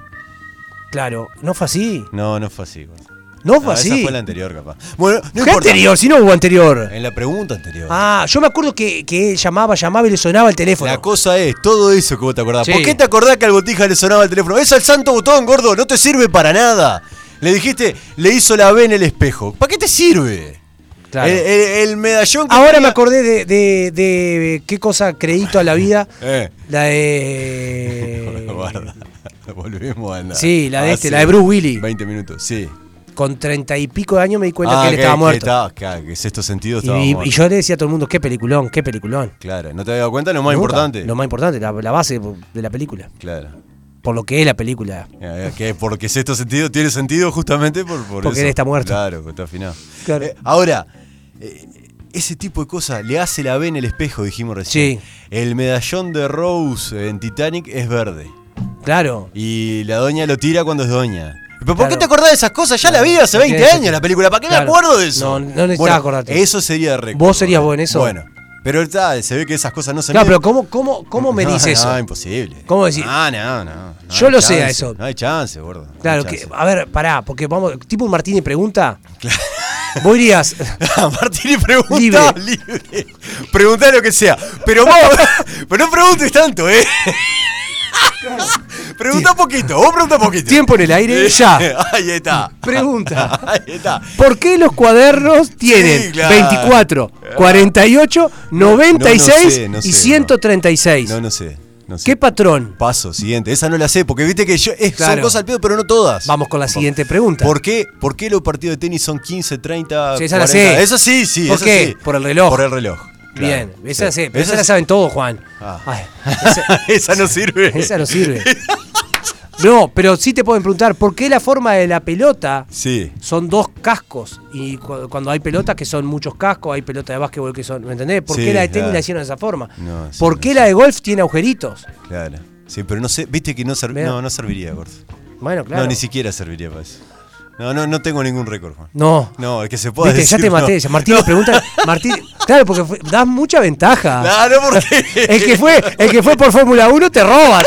Speaker 3: Claro, no fue así.
Speaker 2: No, no fue así. güey.
Speaker 3: No fue
Speaker 2: No,
Speaker 3: así.
Speaker 2: Esa fue la anterior, capaz. Bueno, no
Speaker 3: ¿Qué
Speaker 2: importa.
Speaker 3: anterior? Si no hubo anterior.
Speaker 2: En la pregunta anterior.
Speaker 3: Ah, yo me acuerdo que, que él llamaba, llamaba y le sonaba el teléfono.
Speaker 2: La cosa es, todo eso que vos te acordás.
Speaker 3: Sí.
Speaker 2: ¿Por qué te acordás que al botija le sonaba el teléfono? Es al santo botón, gordo, no te sirve para nada. Le dijiste, le hizo la B en el espejo. ¿Para qué te sirve?
Speaker 3: Claro.
Speaker 2: El, el- el medallón que
Speaker 3: Ahora
Speaker 2: tenía-
Speaker 3: me acordé de, de- de qué cosa creí toda la vida.
Speaker 2: Eh.
Speaker 3: La de.
Speaker 2: Guarda, Volvemos a andar.
Speaker 3: Sí, la de este,
Speaker 2: Hace
Speaker 3: la de Bruce Willis.
Speaker 2: 20 minutos, sí.
Speaker 3: Con treinta y pico de años me di cuenta
Speaker 2: Ah,
Speaker 3: que él estaba muerto.
Speaker 2: estaba- claro, que sexto sentido estaba
Speaker 3: y, y- y
Speaker 2: muerto.
Speaker 3: yo le decía a todo el mundo, qué peliculón, qué peliculón.
Speaker 2: Claro, ¿no te había dado cuenta? Lo más
Speaker 3: Nunca.
Speaker 2: importante.
Speaker 3: Lo más importante, la, la base de la película.
Speaker 2: Claro.
Speaker 3: Por lo que es la película.
Speaker 2: Eh, Que porque sexto sentido tiene sentido justamente por, por
Speaker 3: Porque
Speaker 2: eso.
Speaker 3: él está muerto.
Speaker 2: Claro, que está afinado.
Speaker 3: Claro.
Speaker 2: Eh, ahora, eh, ese tipo de cosas le hace la B en el espejo, dijimos recién.
Speaker 3: Sí.
Speaker 2: El medallón de Rose en Titanic es verde.
Speaker 3: Claro.
Speaker 2: Y la doña lo tira cuando es doña. ¿Pero por qué
Speaker 3: Claro.
Speaker 2: te acordás de esas cosas? Ya la vi hace
Speaker 3: No
Speaker 2: 20
Speaker 3: tiene
Speaker 2: años la película. ¿Para qué me
Speaker 3: Claro.
Speaker 2: acuerdo de eso?
Speaker 3: No, no necesitaba acordarte.
Speaker 2: Eso sería récord.
Speaker 3: Vos serías vos en eso.
Speaker 2: Bueno, pero está, se ve que esas cosas no se
Speaker 3: Claro,
Speaker 2: miden.
Speaker 3: pero ¿cómo, cómo, cómo me
Speaker 2: No,
Speaker 3: dice
Speaker 2: no,
Speaker 3: eso?
Speaker 2: imposible.
Speaker 3: ¿Cómo decís?
Speaker 2: Ah, no, no. no
Speaker 3: Yo
Speaker 2: hay
Speaker 3: lo sé a
Speaker 2: chance,
Speaker 3: eso.
Speaker 2: No hay chance, gordo. no hay
Speaker 3: Claro, que,
Speaker 2: chance.
Speaker 3: a ver, pará, porque vamos, tipo Martínez pregunta. Vos irías,
Speaker 2: Martín y pregunta
Speaker 3: Libre.
Speaker 2: libre. Preguntá lo que sea. Pero vos, pero no preguntes tanto, ¿eh? pregunta poquito, vos pregunta poquito. Eh,
Speaker 3: tiempo en el aire, ya.
Speaker 2: Ahí está.
Speaker 3: Pregunta.
Speaker 2: Ahí está.
Speaker 3: ¿Por qué los cuadernos tienen
Speaker 2: Sí, claro.
Speaker 3: 24, 48, 96
Speaker 2: no, no sé, no
Speaker 3: y
Speaker 2: sé,
Speaker 3: 136?
Speaker 2: No, no sé. No sé.
Speaker 3: ¿Qué patrón?
Speaker 2: Paso, siguiente. Esa no la sé, porque viste que yo. eh,
Speaker 3: Claro.
Speaker 2: Son cosas al pedo, pero no todas.
Speaker 3: Vamos con la siguiente pregunta.
Speaker 2: ¿Por qué, ¿Por qué los partidos de tenis son 15, 30,
Speaker 3: Sí, esa la
Speaker 2: 40?
Speaker 3: sé.
Speaker 2: Eso sí, sí.
Speaker 3: ¿Por
Speaker 2: eso
Speaker 3: qué?
Speaker 2: sí.
Speaker 3: Por el reloj.
Speaker 2: Por el reloj.
Speaker 3: Bien,
Speaker 2: claro.
Speaker 3: esa,
Speaker 2: Sí.
Speaker 3: se- pero esa
Speaker 2: Esa
Speaker 3: la
Speaker 2: sí.
Speaker 3: saben todos, Juan.
Speaker 2: Ah.
Speaker 3: Ay, esa,
Speaker 2: Esa no sirve.
Speaker 3: esa no sirve. No, pero sí te pueden preguntar, ¿por qué la forma de la pelota
Speaker 2: Sí.
Speaker 3: son dos cascos. Y cu- cuando hay pelotas que son muchos cascos, hay pelotas de básquetbol que son. ¿Me entendés? ¿Por qué
Speaker 2: Sí,
Speaker 3: la de tenis
Speaker 2: claro.
Speaker 3: la hicieron de esa forma?
Speaker 2: No, sí,
Speaker 3: ¿Por
Speaker 2: no
Speaker 3: qué
Speaker 2: sé.
Speaker 3: la de golf tiene agujeritos?
Speaker 2: Claro. Sí, pero no sé, viste que no, serv-
Speaker 3: Mirá.
Speaker 2: no, no serviría, gordo.
Speaker 3: Bueno, claro.
Speaker 2: No, ni siquiera serviría para eso. No, no, no tengo ningún récord, Juan.
Speaker 3: No.
Speaker 2: No, el que se pueda
Speaker 3: Viste,
Speaker 2: decir.
Speaker 3: ya te maté.
Speaker 2: no.
Speaker 3: ya Martín le pregunta. Martín, claro, porque fue- das mucha ventaja.
Speaker 2: Claro, porque.
Speaker 3: El que fue, el que fue por Fórmula 1 te roban.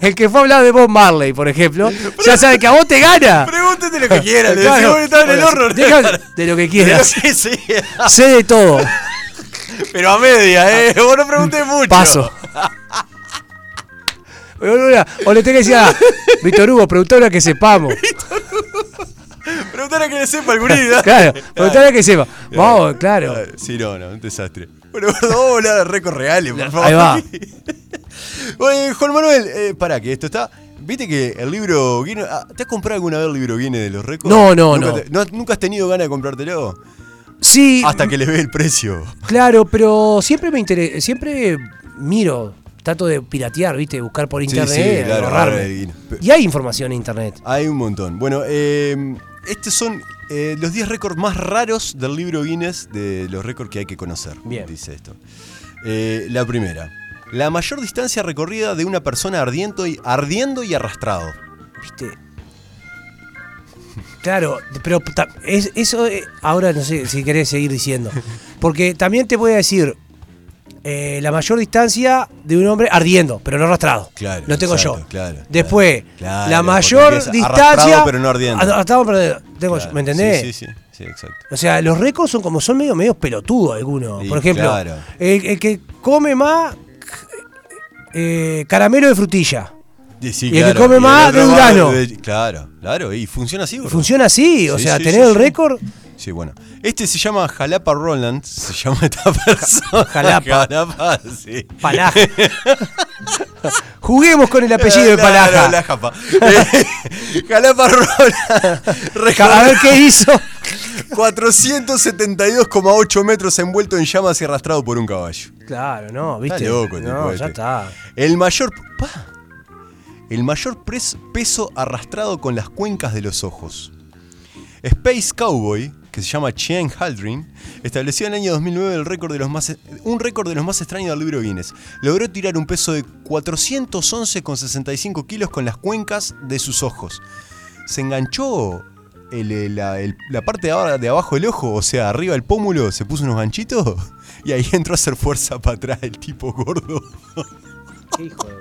Speaker 3: El que fue a hablar de Bob Marley, por ejemplo, ya sabe que a vos te gana.
Speaker 2: Pregúntete lo que quieras, le
Speaker 3: Claro.
Speaker 2: decimos que estaba en el
Speaker 3: Bueno,
Speaker 2: horno.
Speaker 3: deja de lo que quieras.
Speaker 2: Sí, sí.
Speaker 3: Sé de todo.
Speaker 2: Pero a media, ¿eh? Vos no preguntes mucho.
Speaker 3: Ah, Paso. O le tengo que decir a Víctor Hugo, preguntale a que sepamos.
Speaker 2: Preguntale a que le sepa el gurí, ¿no?
Speaker 3: Claro, preguntale a que sepa. Vamos, claro.
Speaker 2: Sí, no, no, un desastre. Bueno, gordo, vamos a hablar de récords reales, por favor.
Speaker 3: Ahí va.
Speaker 2: Oye, Juan Manuel, eh, pará, que esto está. ¿Viste que el libro Guinness. ah, ¿Te has comprado alguna vez el libro Guinness de los récords?
Speaker 3: No, no,
Speaker 2: ¿Nunca
Speaker 3: no.
Speaker 2: te- ¿Nunca has tenido ganas de comprártelo?
Speaker 3: Sí,
Speaker 2: Hasta que le ve el precio.
Speaker 3: claro, pero siempre me interesa, siempre miro, trato de piratear, ¿viste? Buscar por internet,
Speaker 2: claro,
Speaker 3: ahorrarme.
Speaker 2: ahora, y-
Speaker 3: Y hay información en internet.
Speaker 2: Hay un montón. Bueno, eh, estos son eh, los 10 récords más raros del libro Guinness, de los récords que hay que conocer,
Speaker 3: Bien.
Speaker 2: dice esto. Eh, la primera, la mayor distancia recorrida de una persona ardiendo y, ardiendo y arrastrado.
Speaker 3: ¿Viste? Claro, pero ta- es- eso eh, ahora no sé si querés seguir diciendo. Porque también te voy a decir eh, la mayor distancia de un hombre ardiendo, pero no arrastrado.
Speaker 2: Claro,
Speaker 3: Lo tengo
Speaker 2: exacto,
Speaker 3: yo.
Speaker 2: claro,
Speaker 3: Después,
Speaker 2: claro.
Speaker 3: la
Speaker 2: Claro,
Speaker 3: mayor
Speaker 2: porque empieza
Speaker 3: distancia.
Speaker 2: arrastrado, pero no ardiendo.
Speaker 3: Arrastrado, pero no- tengo yo,
Speaker 2: Claro,
Speaker 3: ¿Me entendés?
Speaker 2: Sí, sí, sí, sí, exacto.
Speaker 3: O sea, los récords son como son medio, medio pelotudos algunos.
Speaker 2: Sí,
Speaker 3: Por ejemplo,
Speaker 2: claro.
Speaker 3: el, el que come más eh, caramelo de frutilla.
Speaker 2: Sí, sí,
Speaker 3: Y el que come
Speaker 2: y el
Speaker 3: más
Speaker 2: otro
Speaker 3: de
Speaker 2: va
Speaker 3: Durano.
Speaker 2: de- Claro, claro, y funciona así. bro.
Speaker 3: Funciona así, o
Speaker 2: Sí,
Speaker 3: sea,
Speaker 2: sí,
Speaker 3: tener
Speaker 2: sí,
Speaker 3: el
Speaker 2: sí.
Speaker 3: récord.
Speaker 2: Sí, bueno. Este se llama Jalapa Roland, se llama esta persona.
Speaker 3: Jalapa.
Speaker 2: Jalapa, sí.
Speaker 3: Palaja. Juguemos con el apellido de
Speaker 2: La- la-
Speaker 3: Palaja.
Speaker 2: la japa. Eh, Jalapa Rola.
Speaker 3: A ver qué hizo.
Speaker 2: 472,8 metros envuelto en llamas y arrastrado por un caballo.
Speaker 3: Claro, no,
Speaker 2: Está
Speaker 3: viste.
Speaker 2: loco, tipo
Speaker 3: no,
Speaker 2: este.
Speaker 3: ya está.
Speaker 2: El mayor. pa, el mayor pres- peso arrastrado con las cuencas de los ojos. Space Cowboy, que se llama Chen Haldrin, estableció en el año 2009 el récord de los más, un récord de los más extraños del libro Guinness. Logró tirar un peso de 411,65 kilos con las cuencas de sus ojos. Se enganchó el- el- la, el- la parte de, ahora- de abajo del ojo, o sea, arriba del pómulo, se puso unos ganchitos y ahí entró a hacer fuerza para atrás el tipo gordo.
Speaker 3: Qué hijo de-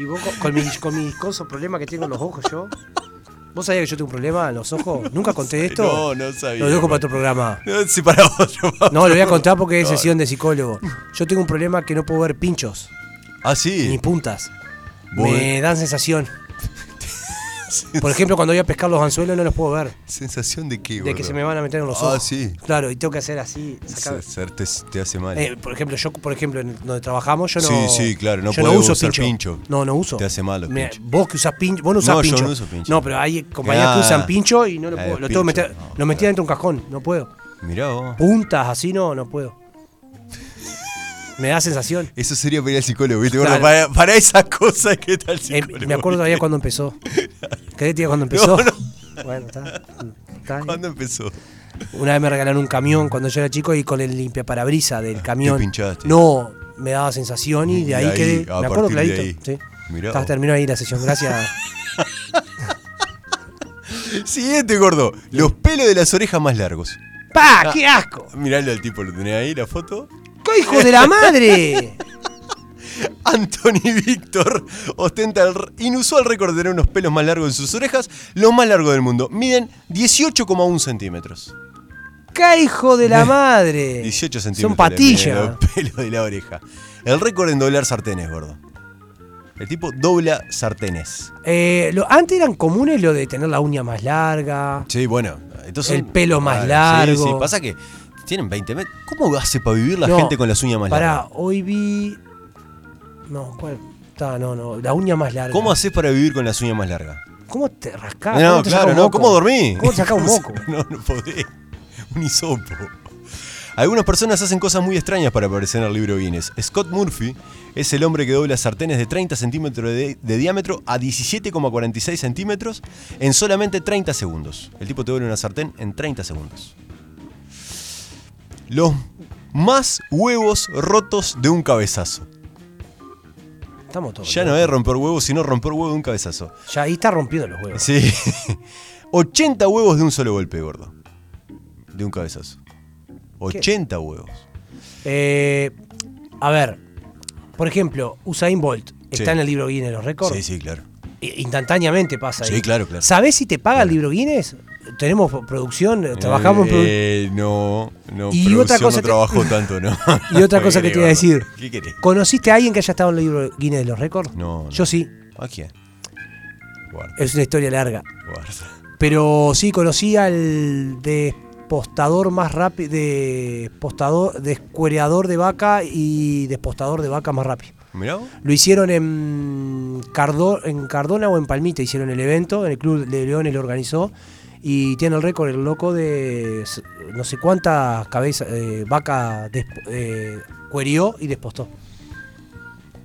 Speaker 3: Y vos con, con mis, con mis cosos problemas que tengo en los ojos yo. ¿Vos sabías que yo tengo un problema en los ojos? ¿Nunca conté esto?
Speaker 2: No, no sabía.
Speaker 3: Lo dejo para otro programa.
Speaker 2: No, sí, para otro.
Speaker 3: No, lo voy a contar porque es sesión de psicólogo. Yo tengo un problema que no puedo ver pinchos
Speaker 2: Ah,
Speaker 3: ni
Speaker 2: sí.
Speaker 3: puntas.
Speaker 2: Vos- eh,
Speaker 3: Me dan sensación. Por ejemplo, cuando voy a pescar los anzuelos no los puedo ver.
Speaker 2: Sensación de qué,
Speaker 3: De que
Speaker 2: gordo?
Speaker 3: se me van a meter en los
Speaker 2: Ah,
Speaker 3: ojos.
Speaker 2: sí.
Speaker 3: Claro, y tengo que hacer así. sacar-
Speaker 2: Se- se- te, te hace mal.
Speaker 3: Eh, por ejemplo, yo, por ejemplo, en donde trabajamos, yo no.
Speaker 2: Sí, sí, claro, no
Speaker 3: yo
Speaker 2: podés
Speaker 3: uso
Speaker 2: usar
Speaker 3: pincho.
Speaker 2: pincho.
Speaker 3: No, no uso.
Speaker 2: Te hace mal los
Speaker 3: Me-
Speaker 2: pinchos.
Speaker 3: Vos que usás pincho, vos no usás
Speaker 2: No, yo
Speaker 3: pincho.
Speaker 2: no uso pincho.
Speaker 3: No, pero hay compañías
Speaker 2: Ah,
Speaker 3: que usan pincho y no lo
Speaker 2: la
Speaker 3: puedo.
Speaker 2: de
Speaker 3: Lo tengo que
Speaker 2: pincho,
Speaker 3: meter.
Speaker 2: no,
Speaker 3: lo metí
Speaker 2: claro.
Speaker 3: dentro de un cajón, no puedo.
Speaker 2: Mirá vos.
Speaker 3: Puntas así no, no puedo. Me da sensación.
Speaker 2: Eso sería para ir al psicólogo, ¿viste? gordo?
Speaker 3: Claro.
Speaker 2: para, para esas cosas que tal
Speaker 3: Eh,
Speaker 2: psicólogo.
Speaker 3: me acuerdo todavía cuando empezó. ¿Qué día cuando empezó? Bueno, está. está bien.
Speaker 2: ¿Cuándo empezó?
Speaker 3: Una vez me regalaron un camión cuando yo era chico y con el limpiaparabrisas del camión.
Speaker 2: Ah, pinchaste.
Speaker 3: No, me daba sensación y de ahí
Speaker 2: ahí,
Speaker 3: quedé.
Speaker 2: a
Speaker 3: me acuerdo
Speaker 2: partir de ahí.
Speaker 3: clarito. Sí.
Speaker 2: Mirá
Speaker 3: Está,
Speaker 2: vos.
Speaker 3: terminó ahí la sesión. Gracias.
Speaker 2: Siguiente, gordo. Los pelos de las orejas más largos.
Speaker 3: ¡Pa! ¡Qué asco!
Speaker 2: Miralo al tipo, lo tenés ahí, la foto.
Speaker 3: ¡Qué hijo de la madre!
Speaker 2: Anthony Víctor ostenta el inusual récord de tener unos pelos más largos en sus orejas, los más largos del mundo. Miden 18,1 centímetros.
Speaker 3: ¡Qué hijo de la madre!
Speaker 2: 18 centímetros.
Speaker 3: Eh, Son
Speaker 2: le miden
Speaker 3: patillas.
Speaker 2: Los pelos de la oreja. El récord en doblar sartenes, gordo. El tipo dobla sartenes.
Speaker 3: Eh, lo- antes eran comunes lo de tener la uña más larga.
Speaker 2: Sí, bueno. Entonces,
Speaker 3: El pelo más
Speaker 2: Claro, Sí,
Speaker 3: largo.
Speaker 2: sí, pasa que tienen 20 metros. ¿Cómo hace para vivir la
Speaker 3: No,
Speaker 2: gente con las uñas más
Speaker 3: pará,
Speaker 2: largas?
Speaker 3: hoy vi. No, ¿cuál? Está, no, no. La uña más larga.
Speaker 2: ¿Cómo haces para vivir con las uñas más largas?
Speaker 3: ¿Cómo te rascás?
Speaker 2: No,
Speaker 3: ¿Cómo Ah, te sacás
Speaker 2: claro,
Speaker 3: un
Speaker 2: no.
Speaker 3: moco?
Speaker 2: ¿Cómo dormí?
Speaker 3: ¿Cómo te sacás un moco?
Speaker 2: No, no podés. Un hisopo. Algunas personas hacen cosas muy extrañas para aparecer en el libro Guinness. Scott Murphy es el hombre que dobla sartenes de 30 centímetros de, de diámetro a 17,46 centímetros en solamente 30 segundos. El tipo te dobla una sartén en 30 segundos. Los más huevos rotos de un cabezazo.
Speaker 3: Estamos todos.
Speaker 2: Ya no es romper huevos, sino romper huevos de un cabezazo.
Speaker 3: Ya ahí está rompiendo los huevos.
Speaker 2: Sí. 80 huevos de un solo golpe, gordo. De un cabezazo. 80 huevos.
Speaker 3: Eh, a ver, por ejemplo, Usain Bolt
Speaker 2: Sí.
Speaker 3: está en el libro Guinness de los récords.
Speaker 2: Sí, sí, claro.
Speaker 3: I- Instantáneamente pasa.
Speaker 2: Sí,
Speaker 3: ahí.
Speaker 2: claro, claro.
Speaker 3: ¿Sabés si te paga el libro Guinness? Tenemos producción, trabajamos en produ-
Speaker 2: eh, No, no.
Speaker 3: Y otra
Speaker 2: producción
Speaker 3: cosa
Speaker 2: no
Speaker 3: que-
Speaker 2: trabajo tanto, ¿no?
Speaker 3: Y otra cosa que te iba a decir.
Speaker 2: ¿Qué querés?
Speaker 3: ¿Conociste a alguien que haya estado en el libro Guinness de los récords?
Speaker 2: No, no.
Speaker 3: Yo sí.
Speaker 2: ¿A quién? Guarda,
Speaker 3: Es una historia larga.
Speaker 2: guarda.
Speaker 3: Pero sí, conocí al despostador más rápido. Despostador, descuereador de vaca y despostador de vaca más rápido.
Speaker 2: Mirá vos.
Speaker 3: Lo hicieron en, Cardo- en Cardona o en Palmita, hicieron el evento, en el Club de Leones lo organizó. Y tiene el récord el loco de s- no sé cuántas cabezas, eh, vaca desp- eh, cuerió y despostó.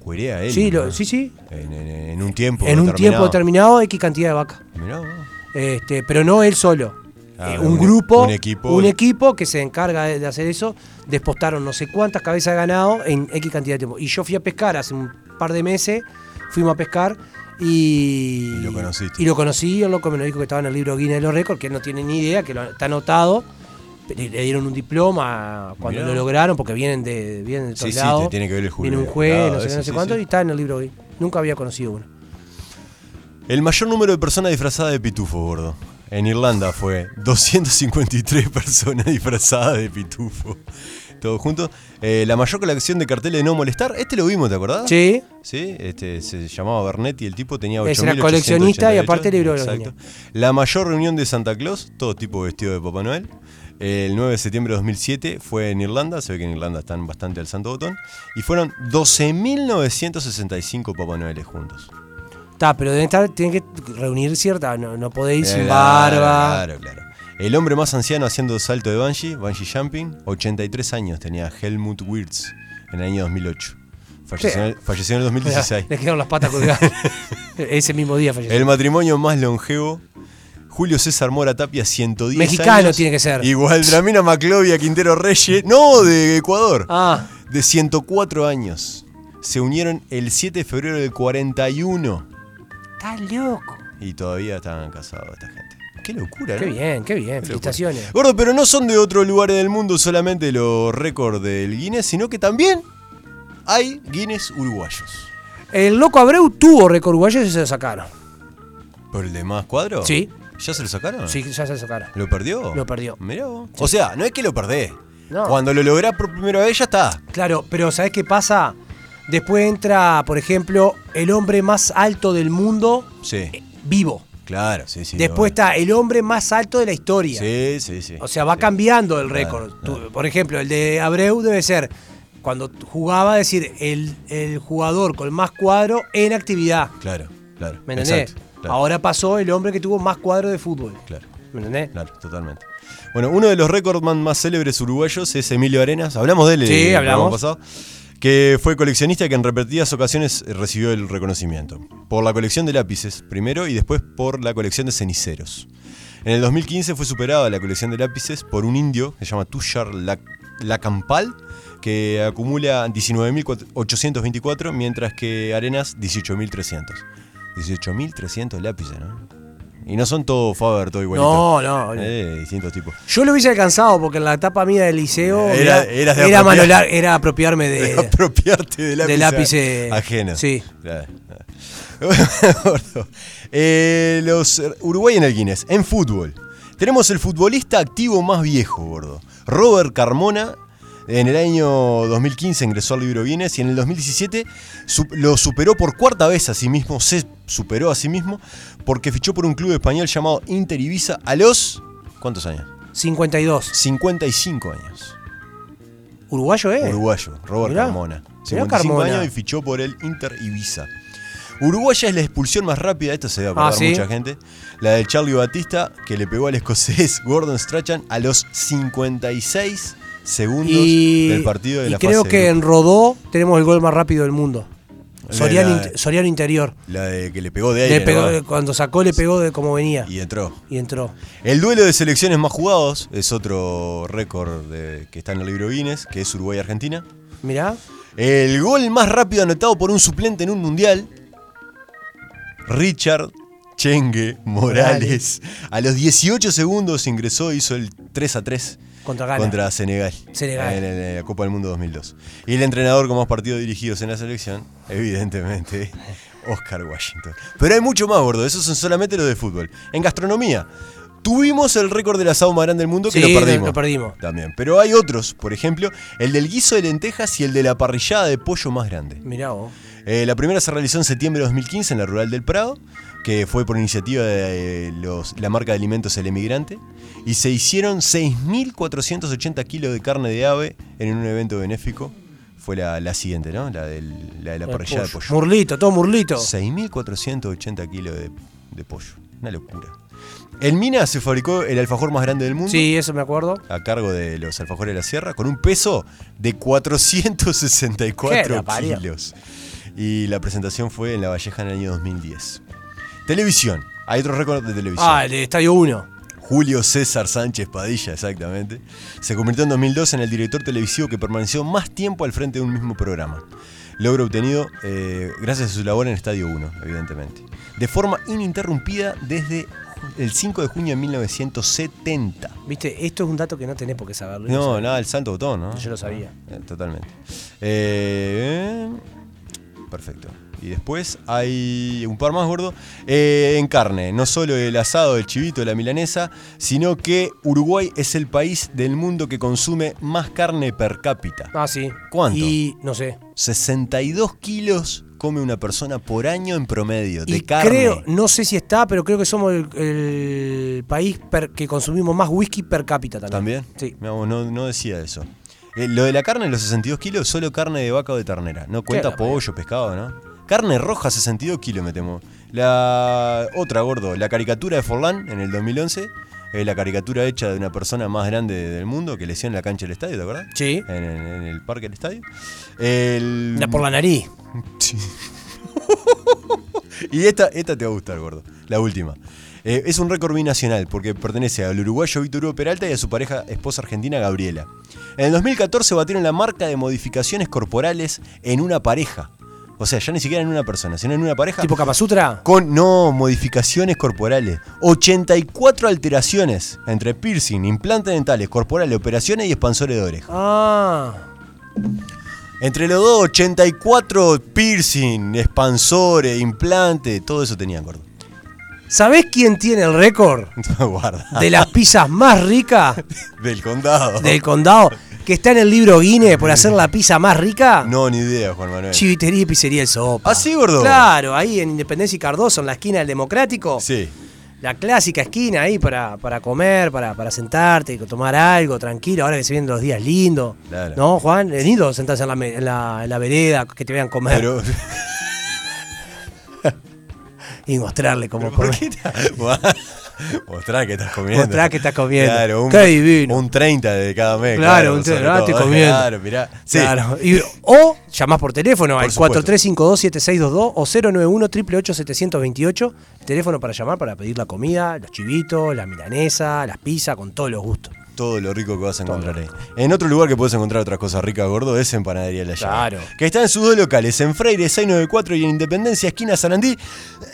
Speaker 2: Cuerea él.
Speaker 3: Sí, lo-
Speaker 2: ¿no?
Speaker 3: sí, sí.
Speaker 2: En, en- en un tiempo
Speaker 3: En un tiempo determinado, X cantidad de vaca.
Speaker 2: Mirá vos.
Speaker 3: Este, pero no él solo.
Speaker 2: Ah,
Speaker 3: Eh, un,
Speaker 2: un-
Speaker 3: grupo,
Speaker 2: un equipo.
Speaker 3: un equipo que se encarga de, de hacer eso, despostaron no sé cuántas cabezas de ganado en X cantidad de tiempo. Y yo fui a pescar hace un par de meses, fuimos a pescar y,
Speaker 2: Y lo conociste.
Speaker 3: Y lo conocí, el loco me lo dijo que estaba en el libro Guinness de los Récords, que él no tiene ni idea, que lo- está anotado. Le le dieron un diploma cuando
Speaker 2: Mirá.
Speaker 3: lo lograron, porque vienen de, vienen de
Speaker 2: Sí,
Speaker 3: todos
Speaker 2: sí,
Speaker 3: lados.
Speaker 2: te tiene que ver el
Speaker 3: Viene un
Speaker 2: jurado,
Speaker 3: juez, no sé, qué,
Speaker 2: eso,
Speaker 3: no
Speaker 2: sí,
Speaker 3: sé cuánto,
Speaker 2: sí.
Speaker 3: y está en el libro Guinness. Nunca había conocido uno.
Speaker 2: El mayor número de personas disfrazadas de pitufo, gordo. En Irlanda fue 253 personas disfrazadas de pitufo. Todos juntos. Eh, la mayor colección de carteles de no molestar. Este lo vimos, ¿te acordás?
Speaker 3: Sí.
Speaker 2: Sí, este, se llamaba Bernetti, el tipo tenía
Speaker 3: Ese era
Speaker 2: 8888.
Speaker 3: coleccionista y aparte libro de los
Speaker 2: Exacto.
Speaker 3: niños.
Speaker 2: La mayor reunión de Santa Claus, todo tipo vestido de Papá Noel. El 9 de septiembre de 2007 fue en Irlanda, se ve que en Irlanda están bastante al santo botón. Y fueron 12.965 Papá Noeles juntos.
Speaker 3: Está, pero deben estar, tienen que reunir cierta, no, no podéis ir
Speaker 2: Eh,
Speaker 3: sin
Speaker 2: Claro,
Speaker 3: barba.
Speaker 2: Claro, claro. El hombre más anciano haciendo salto de bungee, bungee jumping, 83 años tenía Helmut Wirtz en el año 2008. Falleció,
Speaker 3: Sí.
Speaker 2: en, el, falleció en el 2016.
Speaker 3: Le quedaron las patas colgadas. Ese mismo día falleció.
Speaker 2: El matrimonio más longevo, Julio César Mora Tapia, 110
Speaker 3: Mexicano
Speaker 2: años.
Speaker 3: tiene que ser.
Speaker 2: Igual Dramina Maclovia Quintero Reyes, no, de Ecuador,
Speaker 3: Ah,
Speaker 2: de 104 años. Se unieron el 7 de febrero del 41
Speaker 3: está loco.
Speaker 2: y todavía estaban casados esta gente. Qué locura, ¿no?
Speaker 3: Qué bien, qué bien. Felicitaciones.
Speaker 2: Gordo, pero no son de otros lugares del mundo solamente los récords del Guinness, sino que también hay Guinness uruguayos.
Speaker 3: El loco Abreu tuvo récord uruguayo y se lo sacaron.
Speaker 2: ¿Por el de más cuadro?
Speaker 3: Sí.
Speaker 2: ¿Ya se lo sacaron?
Speaker 3: Sí, ya se lo sacaron.
Speaker 2: ¿Lo perdió?
Speaker 3: Lo perdió.
Speaker 2: Mirá vos. O sea, no es que lo perdés.
Speaker 3: No.
Speaker 2: Cuando lo lográs por primera vez, ya está.
Speaker 3: Claro, pero ¿sabes qué pasa? Después entra, por ejemplo, el hombre más alto del mundo eh,
Speaker 2: Sí.
Speaker 3: vivo.
Speaker 2: Claro, sí, sí.
Speaker 3: Después
Speaker 2: no.
Speaker 3: está el hombre más alto de la historia.
Speaker 2: Sí, sí, sí.
Speaker 3: O sea, va cambiando el récord.
Speaker 2: Claro,
Speaker 3: Tú, Por ejemplo, el de Abreu debe ser, cuando jugaba, decir, el, el jugador con más cuadro en actividad.
Speaker 2: Claro, claro.
Speaker 3: ¿Me entendés?
Speaker 2: Exacto, claro,
Speaker 3: Ahora pasó el hombre que tuvo más cuadro de fútbol.
Speaker 2: Claro.
Speaker 3: ¿Me entendés?
Speaker 2: Claro, totalmente. Bueno, uno de los recordman más célebres uruguayos es Emilio Arenas. Hablamos de él eh,
Speaker 3: Sí,
Speaker 2: el
Speaker 3: hablamos.
Speaker 2: programa pasado. Que fue coleccionista que en repetidas ocasiones eh, recibió el reconocimiento. Por la colección de lápices, primero, y después por la colección de ceniceros. En el 2015 fue superada la colección de lápices por un indio que se llama Tushar Lac- Lacampal, que acumula 19.824, mientras que Arenas 18.300. 18.300 lápices, ¿no? Y no son todo Faber, todo igualito.
Speaker 3: No, no.
Speaker 2: Eh, de distintos tipos.
Speaker 3: Yo lo hubiese alcanzado porque en la etapa mía del liceo
Speaker 2: Eh, Era-
Speaker 3: era,
Speaker 2: eras de
Speaker 3: era
Speaker 2: apropiar-
Speaker 3: mano lar- era apropiarme de,
Speaker 2: De apropiarte del lápiz,
Speaker 3: de lápiz, eh,
Speaker 2: ajeno.
Speaker 3: sí.
Speaker 2: Claro, claro. Gordo. Eh, los Uruguay en el Guinness. En fútbol. Tenemos el futbolista activo más viejo, gordo. Robert Carmona. En el año 2015 ingresó al libro Guinness y en el 2017 su- lo superó por cuarta vez a sí mismo, se superó a sí mismo, porque fichó por un club español llamado Inter Ibiza a los... ¿Cuántos años?
Speaker 3: 52.
Speaker 2: 55 años.
Speaker 3: ¿Uruguayo, eh?
Speaker 2: Uruguayo, Robert
Speaker 3: Mirá,
Speaker 2: Carmona.
Speaker 3: mirá
Speaker 2: 55
Speaker 3: Carmona.
Speaker 2: años y fichó por el Inter Ibiza. Uruguaya es la expulsión más rápida, esto se va a
Speaker 3: Ah,
Speaker 2: acordar
Speaker 3: ¿sí?
Speaker 2: mucha gente. La de Charlie Batista, que le pegó al escocés Gordon Strachan a los 56 segundos
Speaker 3: Y,
Speaker 2: del partido de
Speaker 3: y
Speaker 2: la fase
Speaker 3: creo
Speaker 2: de
Speaker 3: que
Speaker 2: grupo.
Speaker 3: en Rodó tenemos el gol más rápido del mundo.
Speaker 2: La-
Speaker 3: Soriano,
Speaker 2: la-
Speaker 3: inter- Soriano Interior.
Speaker 2: La de que le pegó de
Speaker 3: Le
Speaker 2: aire.
Speaker 3: pegó-
Speaker 2: ¿no?
Speaker 3: cuando sacó, le pegó de como venía.
Speaker 2: Y
Speaker 3: Y,
Speaker 2: entró.
Speaker 3: entró.
Speaker 2: El duelo de selecciones más jugados es otro récord de- que está en el libro Guinness, que es Uruguay-Argentina.
Speaker 3: Mirá.
Speaker 2: El gol más rápido anotado por un suplente en un mundial. Richard Chengue Morales. A los 18 segundos ingresó e hizo el 3 a 3
Speaker 3: Contra Ghana.
Speaker 2: contra Senegal.
Speaker 3: Senegal.
Speaker 2: En, en la Copa del Mundo 2002. Y el entrenador con más partidos dirigidos en la selección, evidentemente, Oscar Washington. Pero hay mucho más, gordo. Esos son solamente los de fútbol. En gastronomía. Tuvimos el récord del asado más grande del mundo que
Speaker 3: Sí,
Speaker 2: lo perdimos.
Speaker 3: lo perdimos.
Speaker 2: También. Pero hay otros, por ejemplo, el del guiso de lentejas y el de la parrillada de pollo más grande.
Speaker 3: Mirá vos.
Speaker 2: Eh, la primera se realizó en septiembre de 2015 en la Rural del Prado, que fue por iniciativa de eh, los- la marca de alimentos El Emigrante, y se hicieron 6.480 kilos de carne de ave en un evento benéfico. Fue la, la siguiente, ¿no? La, del- la de la parrillada de pollo.
Speaker 3: Murlito, todo murlito.
Speaker 2: 6.480 kilos de, de pollo. Una locura. En Minas se fabricó el alfajor más grande del mundo
Speaker 3: Sí, eso me acuerdo.
Speaker 2: a cargo de los alfajores de la sierra con un peso de 464
Speaker 3: ¿Qué la parió?
Speaker 2: kilos. Y la presentación fue en La Valleja en el año 2010. Televisión. Hay otro récord de televisión.
Speaker 3: Ah, el de Estadio 1.
Speaker 2: Julio César Sánchez Padilla, exactamente. Se convirtió en 2002 en el director televisivo que permaneció más tiempo al frente de un mismo programa. Logro obtenido eh, gracias a su labor en Estadio 1, evidentemente. De forma ininterrumpida desde ju- el 5 de junio de 1970.
Speaker 3: Viste, esto es un dato que no tenés por qué saberlo.
Speaker 2: No, nada, el santo botón, ¿no?
Speaker 3: Yo lo sabía.
Speaker 2: Eh, Totalmente. Eh, perfecto. Y después hay un par más, gordo. Eh, en carne, no solo el asado, el chivito, la milanesa, sino que Uruguay es el país del mundo que consume más carne per cápita.
Speaker 3: Ah, sí.
Speaker 2: ¿Cuánto?
Speaker 3: Y no sé.
Speaker 2: 62 kilos come una persona por año en promedio de
Speaker 3: y
Speaker 2: carne.
Speaker 3: creo, no sé si está, pero creo que somos el, el país per- que consumimos más whisky per cápita también.
Speaker 2: ¿También?
Speaker 3: Sí.
Speaker 2: Mirá vos, No, no decía eso. Eh, lo de la carne, los 62 kilos, solo carne de vaca o de ternera. No cuenta
Speaker 3: la
Speaker 2: pollo, pescado, ¿no? Carne roja, 62 kilos metemos. La otra, gordo, la caricatura de Forlán en el 2011. eh, la caricatura hecha de una persona más grande del mundo que le hicieron en la cancha del estadio, ¿te acordás?
Speaker 3: Sí.
Speaker 2: En, en- en el parque del estadio. El...
Speaker 3: La- por la nariz.
Speaker 2: Sí. y esta, esta te va a gustar, gordo. La última. Eh, es un récord binacional porque pertenece al uruguayo Víctor Hugo Peralta y a su pareja esposa argentina Gabriela. En el 2014 batieron la marca de modificaciones corporales en una pareja. O sea, ya ni siquiera en una persona, sino en una pareja.
Speaker 3: ¿Tipo Kamasutra?
Speaker 2: con no modificaciones corporales, 84 alteraciones entre piercing, implantes dentales, corporales, operaciones y expansores de oreja.
Speaker 3: Ah,
Speaker 2: Entre los dos, 84 piercing, expansores, implantes, todo eso tenían, gordo.
Speaker 3: ¿sabés quién tiene el récord
Speaker 2: Guarda.
Speaker 3: de las pizzas más ricas
Speaker 2: Del condado.
Speaker 3: del condado? Que está en el libro Guinness por hacer la pizza más rica.
Speaker 2: No, ni idea, Juan Manuel.
Speaker 3: Chivitería y pizzería El Sopa.
Speaker 2: ¿Ah, sí, gordo?
Speaker 3: Claro, ahí en Independencia y Cardoso, en la esquina del Democrático.
Speaker 2: Sí.
Speaker 3: La clásica esquina ahí para, para comer, para, para sentarte, tomar algo, tranquilo, ahora que se vienen los días lindos.
Speaker 2: Claro.
Speaker 3: ¿No, Juan? Es lindo sentarse en la, me- en la- en la vereda, que te vean comer
Speaker 2: Pero,
Speaker 3: y mostrarle cómo
Speaker 2: ¿por
Speaker 3: comer.
Speaker 2: qué te- Mostrá que estás comiendo.
Speaker 3: Mostrá que estás comiendo.
Speaker 2: Claro, un,
Speaker 3: Qué divino.
Speaker 2: un 30 de cada mes.
Speaker 3: Claro, un
Speaker 2: Eh, sobre
Speaker 3: 30, ah, estoy
Speaker 2: todo.
Speaker 3: comiendo.
Speaker 2: Claro, mirá. Sí.
Speaker 3: Claro. Y- o llamás por teléfono al
Speaker 2: supuesto.
Speaker 3: 4352-7622 o 091-888-728. Teléfono para llamar, para pedir la comida, los chivitos, la milanesa, las pizzas, con todos los gustos.
Speaker 2: Todo lo rico que vas a encontrar ahí. En otro lugar que puedes encontrar otras cosas ricas, gordo, es en Panadería La Llave.
Speaker 3: Claro.
Speaker 2: Que está en sus dos locales, en Freire 694 y en Independencia, esquina Sarandí.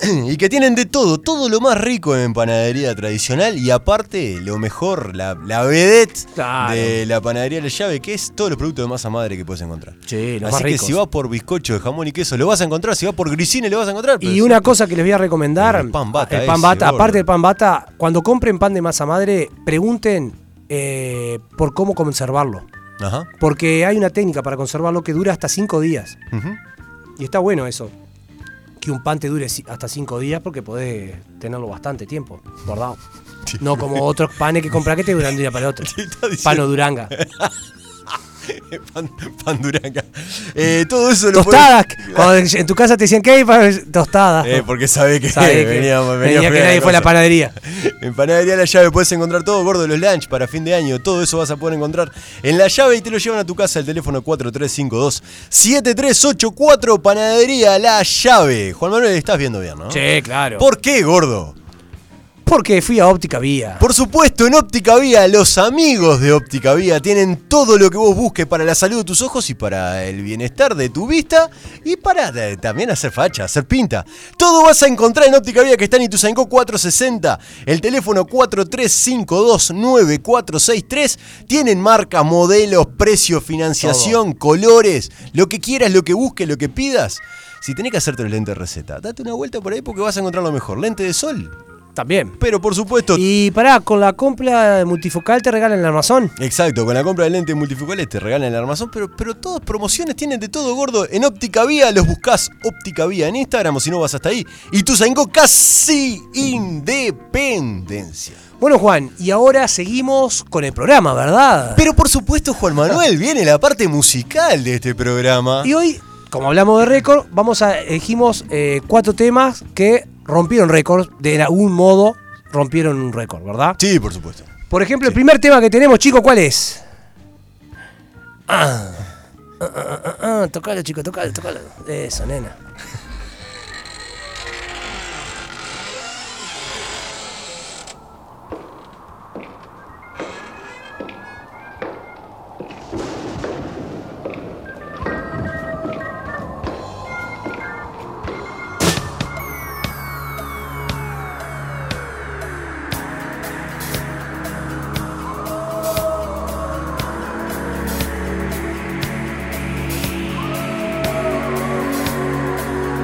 Speaker 2: Y que tienen de todo, todo lo más rico en panadería tradicional. Y aparte, lo mejor, la, la vedette
Speaker 3: Claro.
Speaker 2: de la Panadería La Llave, que es todos los productos de masa madre que puedes encontrar.
Speaker 3: Sí, los
Speaker 2: Así
Speaker 3: más
Speaker 2: que
Speaker 3: ricos.
Speaker 2: si vas por bizcocho de jamón y queso, lo vas a encontrar. Si vas por grisine, lo vas a encontrar. pero
Speaker 3: Y
Speaker 2: si-
Speaker 3: una cosa que les voy a recomendar,
Speaker 2: El pan bata
Speaker 3: el pan
Speaker 2: ese,
Speaker 3: bata,
Speaker 2: gordo.
Speaker 3: aparte del pan bata, cuando compren pan de masa madre, pregunten eh, por cómo conservarlo.
Speaker 2: Ajá.
Speaker 3: Porque hay una técnica para conservarlo que dura hasta 5 días.
Speaker 2: Ujú.
Speaker 3: Y está bueno eso. Que un pan te dure ci- hasta 5 días porque podés tenerlo bastante tiempo guardado. No como otros panes que compras que te duran de un día para el otro.
Speaker 2: está diciendo-
Speaker 3: Pano Duranga.
Speaker 2: Pan, pan duranga. Eh, todo eso lo podés-
Speaker 3: Tostadas. Cuando en tu casa te decían que hay pan?" tostadas.
Speaker 2: Eh, porque sabe que,
Speaker 3: Sabés que-
Speaker 2: venía, venía
Speaker 3: venía que
Speaker 2: fea
Speaker 3: nadie fue a la
Speaker 2: cosa.
Speaker 3: panadería.
Speaker 2: En Panadería La Llave puedes encontrar todo, gordo, los lunch para fin de año, todo eso vas a poder encontrar en La Llave y te lo llevan a tu casa el teléfono 4352-7384 Panadería La Llave. Juan Manuel, estás viendo bien, ¿no?
Speaker 3: Sí, claro.
Speaker 2: ¿Por qué, gordo?
Speaker 3: Porque fui a óptica vía.
Speaker 2: Por supuesto, en Óptica Vía, los amigos de Óptica Vía tienen todo lo que vos busques para la salud de tus ojos y para el bienestar de tu vista y para eh, también hacer facha, hacer pinta. Todo vas a encontrar en Óptica Vía que está en Ituzaingó 460, el teléfono 43529463. Tienen marcas, modelos, precios, financiación, colores, lo que quieras, lo que busques, lo que pidas. Si tenés que hacerte los lentes de receta, date una vuelta por ahí porque vas a encontrar lo mejor. Lente de sol.
Speaker 3: También.
Speaker 2: Pero por supuesto,
Speaker 3: Y pará, con la compra de multifocal te regalan el armazón.
Speaker 2: Exacto, con la compra de lentes multifocales te regalan el armazón, pero, pero todas promociones tienen de todo, gordo. En Óptica Vía los buscás, Óptica Vía en Instagram, o si no vas hasta ahí. Y tu zango casi independencia.
Speaker 3: Bueno, Juan, y ahora seguimos con el programa, ¿verdad?
Speaker 2: Pero por supuesto, Juan Manuel, viene la parte musical de este programa.
Speaker 3: Y hoy, como hablamos de récord, vamos a elegimos eh, cuatro temas que rompieron récords, de algún modo rompieron un récord, ¿verdad?
Speaker 2: Sí, por supuesto.
Speaker 3: Por ejemplo, el primer tema que tenemos, chicos, ¿cuál es? Ah, ah, ah, ah, ah, tocalo, chico, tocalo, tocalo. Eso, nena.
Speaker 4: Thank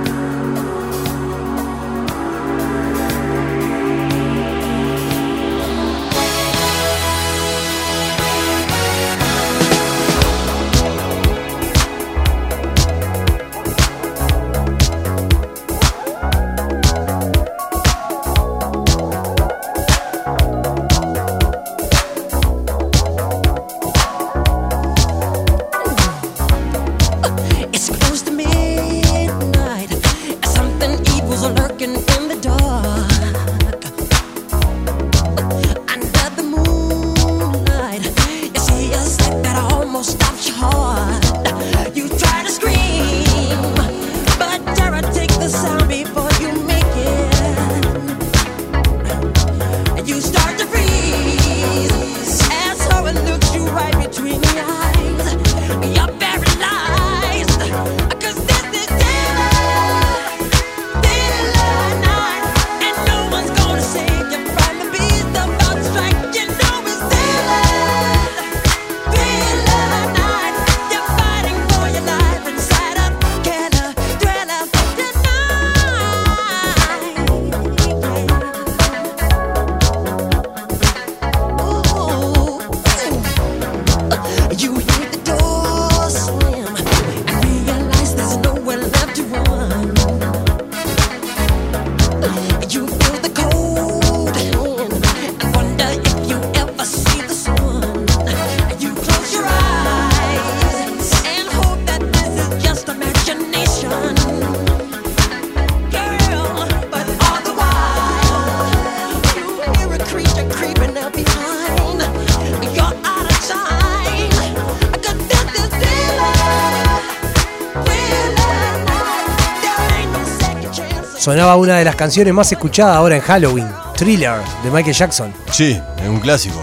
Speaker 3: sonaba una de las canciones más escuchadas ahora en Halloween, Thriller, de Michael Jackson.
Speaker 2: Sí, es un clásico.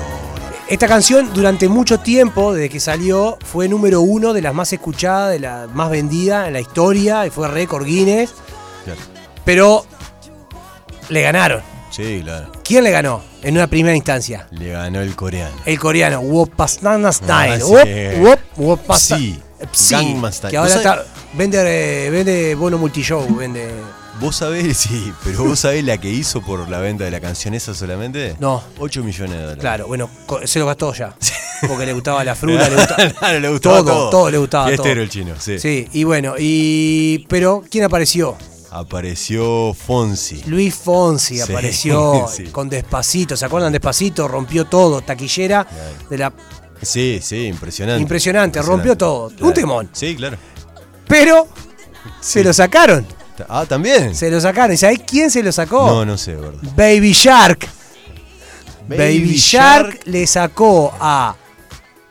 Speaker 3: Esta canción durante mucho tiempo, desde que salió, fue número uno de las más escuchadas, de la más vendida en la historia, y fue récord Guinness,
Speaker 2: Claro.
Speaker 3: pero le ganaron.
Speaker 2: Sí, claro.
Speaker 3: ¿Quién le ganó en una primera instancia?
Speaker 2: Le ganó el coreano.
Speaker 3: El coreano, Wopastana Style.
Speaker 2: Ah, sí.
Speaker 3: Wop, wop, Wopasta-
Speaker 2: Sí,
Speaker 3: Eh, sí,
Speaker 2: Gangnam Style.
Speaker 3: Que ahora
Speaker 2: ¿Vos
Speaker 3: está- vende, eh, vende bono multishow, vende...
Speaker 2: Vos sabés, sí, pero vos sabés la que hizo por la venta de la canción esa solamente.
Speaker 3: No.
Speaker 2: 8 millones de dólares.
Speaker 3: Claro, bueno, co- se lo gastó ya. Porque le gustaba la fruta, le gustaba...
Speaker 2: Claro, le gustaba todo.
Speaker 3: Todo, todo le gustaba,
Speaker 2: Fiestero
Speaker 3: todo.
Speaker 2: el chino, sí.
Speaker 3: Sí, y bueno, y... Pero, ¿quién apareció?
Speaker 2: Apareció Fonsi.
Speaker 3: Luis Fonsi
Speaker 2: Sí,
Speaker 3: apareció
Speaker 2: sí.
Speaker 3: con Despacito, ¿se acuerdan? Despacito rompió todo, taquillera de la...
Speaker 2: Sí, sí, impresionante.
Speaker 3: Impresionante, rompió todo. Un temón.
Speaker 2: Sí, claro.
Speaker 3: Pero se lo sacaron,
Speaker 2: Ta- Ah, también.
Speaker 3: se lo sacaron. ¿Y sabés quién se lo sacó?
Speaker 2: No, no sé, de verdad.
Speaker 3: Baby Shark. Baby,
Speaker 2: Baby
Speaker 3: Shark,
Speaker 2: Shark.
Speaker 3: le sacó a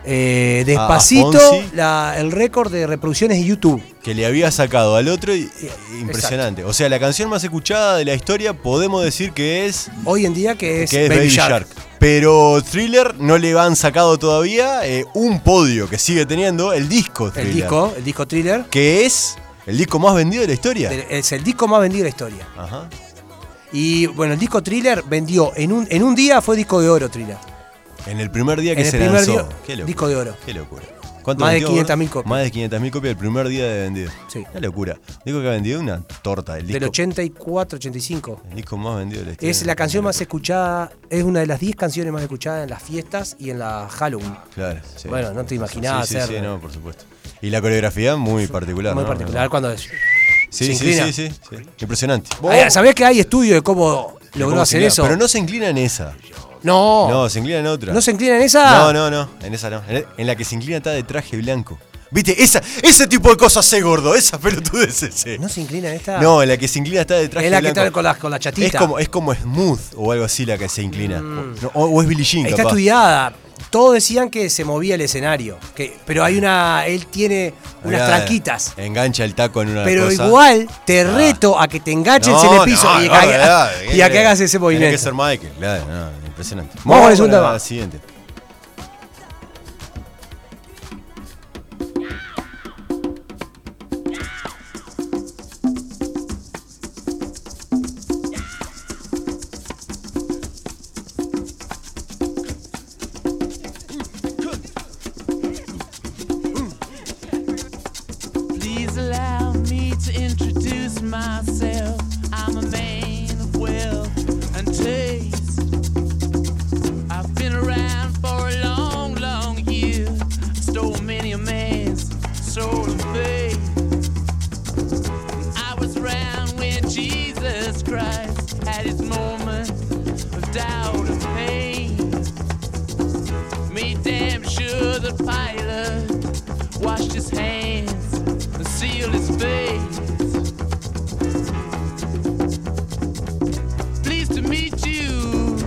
Speaker 3: eh, Despacito
Speaker 2: A- a Fonsi.
Speaker 3: la- el récord de reproducciones de YouTube.
Speaker 2: Que le había sacado al otro y- y- impresionante. O sea, la canción más escuchada de la historia podemos decir que es,
Speaker 3: Hoy en día que es,
Speaker 2: que es
Speaker 3: Baby, Shark.
Speaker 2: Pero Thriller no le han sacado todavía eh, un podio que sigue teniendo el disco
Speaker 3: El
Speaker 2: Thriller.
Speaker 3: disco, el disco thriller.
Speaker 2: Que es el disco más vendido de la historia.
Speaker 3: del- Es el disco más vendido de la historia.
Speaker 2: Ajá.
Speaker 3: Y bueno, el disco thriller vendió en un, en un día fue disco de oro thriller.
Speaker 2: En el primer día que
Speaker 3: En el
Speaker 2: se
Speaker 3: primer
Speaker 2: lanzó.
Speaker 3: día,
Speaker 2: Qué locura.
Speaker 3: disco de oro.
Speaker 2: Qué locura. ¿Cuánto
Speaker 3: Más de
Speaker 2: vendió, gordo?
Speaker 3: 500.000 copias.
Speaker 2: Más de 500.000 copias el primer día de vendido.
Speaker 3: Sí.
Speaker 2: Una locura. Digo que ha vendido una torta. El disco,
Speaker 3: Del 84, 85.
Speaker 2: el disco más vendido de la historia.
Speaker 3: Es la canción más escuchada, es una de las 10 canciones más escuchadas en las fiestas y en la Halloween.
Speaker 2: Claro. sí.
Speaker 3: Bueno, no te imaginabas
Speaker 2: Sí, sí,
Speaker 3: hacer-
Speaker 2: sí, no, por supuesto. Y la coreografía muy particular.
Speaker 3: Muy
Speaker 2: ¿no?
Speaker 3: particular cuando es.
Speaker 2: Sí,
Speaker 3: se
Speaker 2: sí,
Speaker 3: inclina.
Speaker 2: sí, sí, sí. Impresionante.
Speaker 3: Ay, ¿Sabés que hay estudio de cómo
Speaker 2: ¿Cómo
Speaker 3: logró
Speaker 2: se
Speaker 3: hacer
Speaker 2: inclina?
Speaker 3: eso?
Speaker 2: Pero no se inclina en esa.
Speaker 3: no,
Speaker 2: No, se inclina en otra.
Speaker 3: ¿No se inclina en esa.
Speaker 2: No, no, no, en esa no. En en la que se inclina está de traje blanco. ¿Viste? Esa, ese tipo de cosas sé, gordo. Esa pelotudez ese.
Speaker 3: ¿No se inclina en esta.
Speaker 2: No, en la que se inclina está de traje
Speaker 3: Ah. es la que
Speaker 2: blanco.
Speaker 3: está con la, con la chatita. Mm.
Speaker 2: Es como, es como Smooth o algo así la que se inclina. No, o, o es Billie Jean,
Speaker 3: Está
Speaker 2: capaz.
Speaker 3: estudiada. Todos decían que se movía el escenario. que- pero hay una. Él tiene unas
Speaker 2: Mirá,
Speaker 3: tranquitas.
Speaker 2: Engancha el taco en una
Speaker 3: Pero
Speaker 2: cosa.
Speaker 3: igual te
Speaker 2: Ah.
Speaker 3: reto a que te enganches
Speaker 2: No,
Speaker 3: en el piso
Speaker 2: no,
Speaker 3: y, a
Speaker 2: no,
Speaker 3: que
Speaker 2: verdad,
Speaker 3: haga- y a que hagas ese
Speaker 2: Tenés que
Speaker 3: movimiento.
Speaker 2: ser Michael, claro, no, impresionante.
Speaker 3: Vamos con el segundo
Speaker 2: a la
Speaker 3: tema.
Speaker 2: siguiente.
Speaker 4: Please allow me to introduce myself. I'm a man of wealth and taste. I've been around for a long, long year. Stole many a man's soul and faith. I was around when Jesus Christ had his moment of doubt and pain. Made damn sure the pilot washed his hands and sealed his face. Pleased to meet you.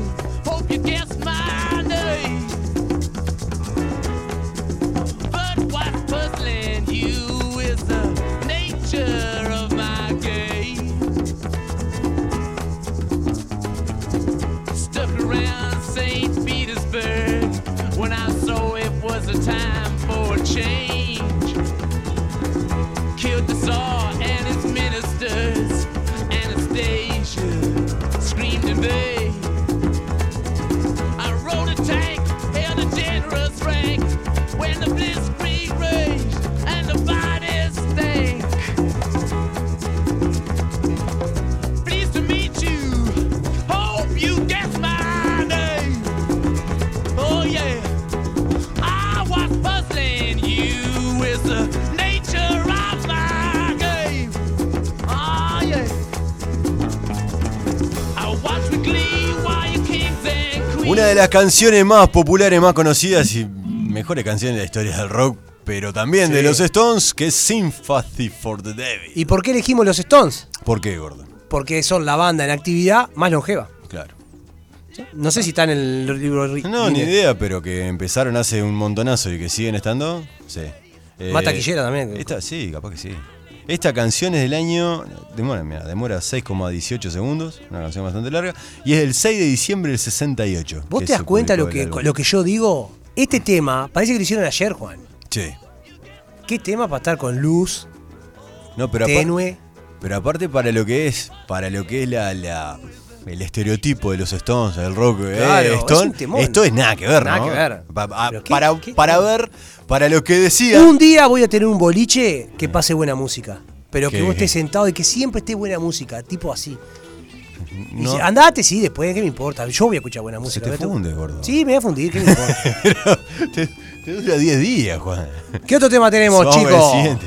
Speaker 4: Hope you guessed my name. But what's puzzling you is the nature of my game. Stuck around St. Petersburg when I saw it was a time for a change killed the Tsar and his ministers. Anastasia uh, screamed in vain. I rode a tank, held a generous rank. When the blitzkrieg raged and the bodies stank. Pleased to meet you. Hope you guess my name. Oh yeah. I was puzzling you with the nature of my game. Ah, yeah. I watch with glee while you kings and queens.
Speaker 2: Una de las canciones más populares, más conocidas y mejores canciones de la historia del rock, pero también de los Stones, que es Sympathy for the Devil.
Speaker 3: ¿Y por qué elegimos los Stones?
Speaker 2: ¿Por qué, gordo?
Speaker 3: Porque son la banda en actividad más longeva.
Speaker 2: Claro.
Speaker 3: No sé si está en el libro de Ri-
Speaker 2: No, ni
Speaker 3: Guinness.
Speaker 2: idea, pero que empezaron hace un montonazo y que siguen estando, sí.
Speaker 3: Más taquillera también.
Speaker 2: Esta, sí, capaz que sí. Esta canción es del año. Demora, mira, demora 6,18 segundos. Una canción bastante larga. Y es del 6 de diciembre del 68.
Speaker 3: ¿Vos
Speaker 2: que
Speaker 3: te das
Speaker 2: se
Speaker 3: cuenta lo
Speaker 2: publicó
Speaker 3: que,
Speaker 2: el álbum.
Speaker 3: lo que yo digo? Este tema, parece que lo hicieron ayer, Juan.
Speaker 2: Sí.
Speaker 3: ¿Qué tema para estar con luz,
Speaker 2: No, pero, apar-
Speaker 3: tenue?
Speaker 2: pero aparte, para lo que es. Para lo que es la. la- el estereotipo de los Stones, el rock, eh,
Speaker 3: Claro, es
Speaker 2: Stone,
Speaker 3: un temón.
Speaker 2: esto es nada que ver,
Speaker 3: Nada
Speaker 2: ¿no?
Speaker 3: que ver.
Speaker 2: Pa- a-
Speaker 3: Pero qué-
Speaker 2: para
Speaker 3: qué-
Speaker 2: para ver, para lo que decía.
Speaker 3: Un día voy a tener un boliche que pase buena música. Pero que
Speaker 2: Qué
Speaker 3: vos estés
Speaker 2: bien.
Speaker 3: sentado y que siempre esté buena música, tipo así.
Speaker 2: no-
Speaker 3: Dice, andate, sí, después, ¿qué me importa? Yo voy a escuchar buena música.
Speaker 2: te
Speaker 3: ¿ves tú?
Speaker 2: funde, gordo.
Speaker 3: Sí, me voy a fundir, ¿qué me importa?
Speaker 2: te, te dura 10 días, Juan.
Speaker 3: ¿Qué otro tema tenemos,
Speaker 2: Vamos con el
Speaker 3: chicos?
Speaker 2: siguiente.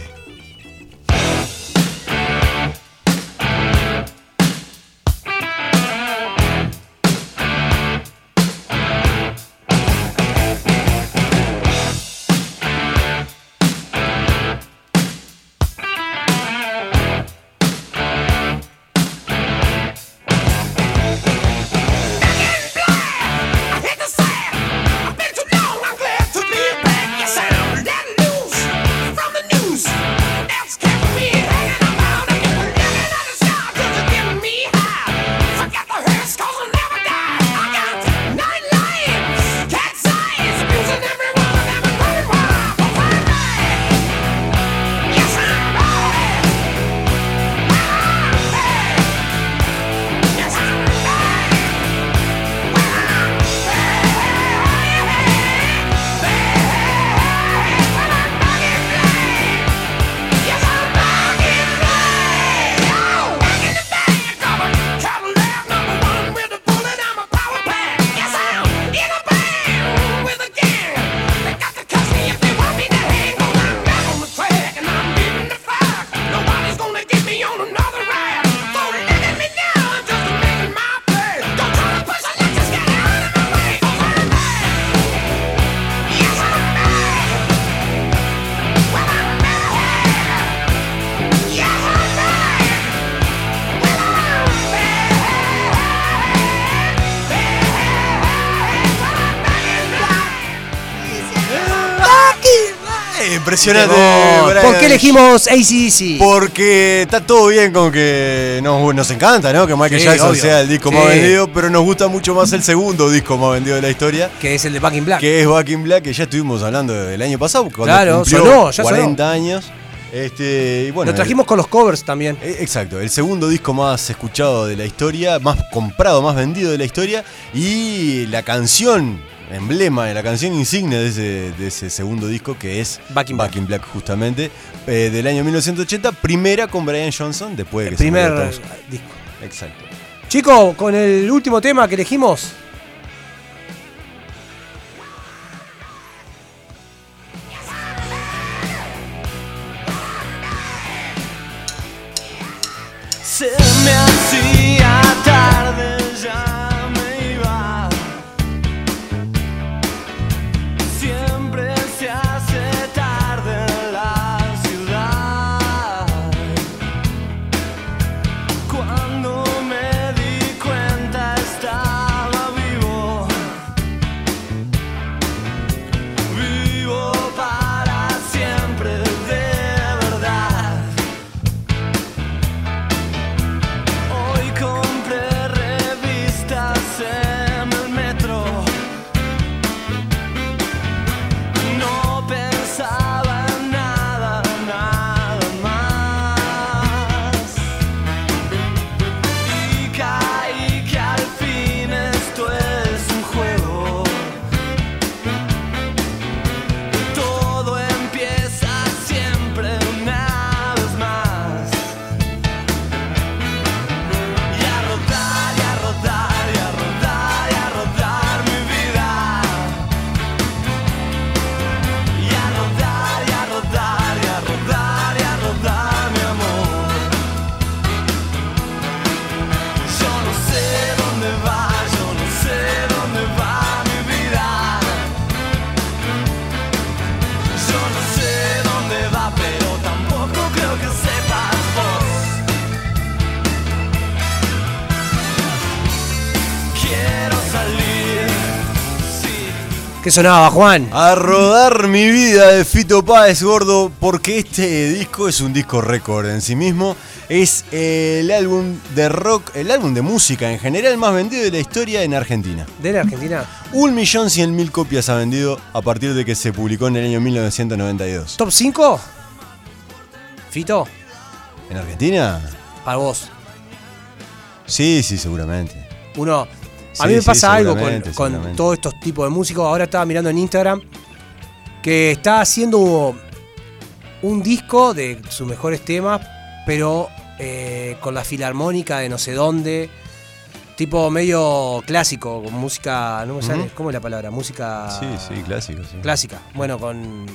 Speaker 2: Eh, Impresionante. eh, Brian.
Speaker 3: ¿Por qué elegimos ACDC?
Speaker 2: Porque está todo bien con que nos, nos encanta, ¿no? Que Michael
Speaker 3: Sí,
Speaker 2: Jackson
Speaker 3: obvio.
Speaker 2: sea el disco más
Speaker 3: Sí.
Speaker 2: vendido, pero nos gusta mucho más el segundo disco más vendido de la historia,
Speaker 3: Que es el de Back in Black.
Speaker 2: que es Back in Black, que ya estuvimos hablando del año pasado, cuando
Speaker 3: Claro,
Speaker 2: cumplió
Speaker 3: sonó, ya
Speaker 2: 40 años. Este, y bueno,
Speaker 3: Lo trajimos con los covers también.
Speaker 2: Eh, Exacto, el segundo disco más escuchado de la historia, más comprado, más vendido de la historia y la canción emblema, la canción insignia de ese, de ese segundo disco que es
Speaker 3: Back in Black.
Speaker 2: justamente, eh, del año 1980, primera con Brian Johnson, después de que
Speaker 3: El
Speaker 2: se muriera
Speaker 3: primer
Speaker 2: Tom Scott.
Speaker 3: disco.
Speaker 2: Exacto.
Speaker 3: Chicos, con el último tema que elegimos.
Speaker 1: Se me hacía tarde, ya me iba. Siempre se hace tarde en la ciudad. Cuando me di cuenta estaba vivo. Vivo para siempre de verdad.
Speaker 3: ¿Qué sonaba, Juan?
Speaker 2: A rodar mi vida de Fito Páez Gordo, porque este disco es un disco récord en sí mismo. Es el álbum de rock, el álbum de música en general más vendido de la historia en Argentina.
Speaker 3: ¿De la Argentina?
Speaker 2: 1.100.000 copias ha vendido a partir de que se publicó en el año 1992.
Speaker 3: ¿Top 5? Fito,
Speaker 2: ¿En Argentina?
Speaker 3: para vos.
Speaker 2: Sí, sí, seguramente.
Speaker 3: Uno.
Speaker 2: Sí,
Speaker 3: A mí me
Speaker 2: sí,
Speaker 3: pasa algo con,
Speaker 2: seguramente,
Speaker 3: con
Speaker 2: seguramente.
Speaker 3: todos estos tipos de músicos. Ahora estaba mirando en Instagram que está haciendo un disco de sus mejores temas, pero eh, con la filarmónica de no sé dónde. Tipo medio clásico, con música. No me sale.
Speaker 2: Ujú.
Speaker 3: ¿Cómo es la palabra? Música.
Speaker 2: Sí, sí, clásico. Sí.
Speaker 3: Clásica. Bueno, con.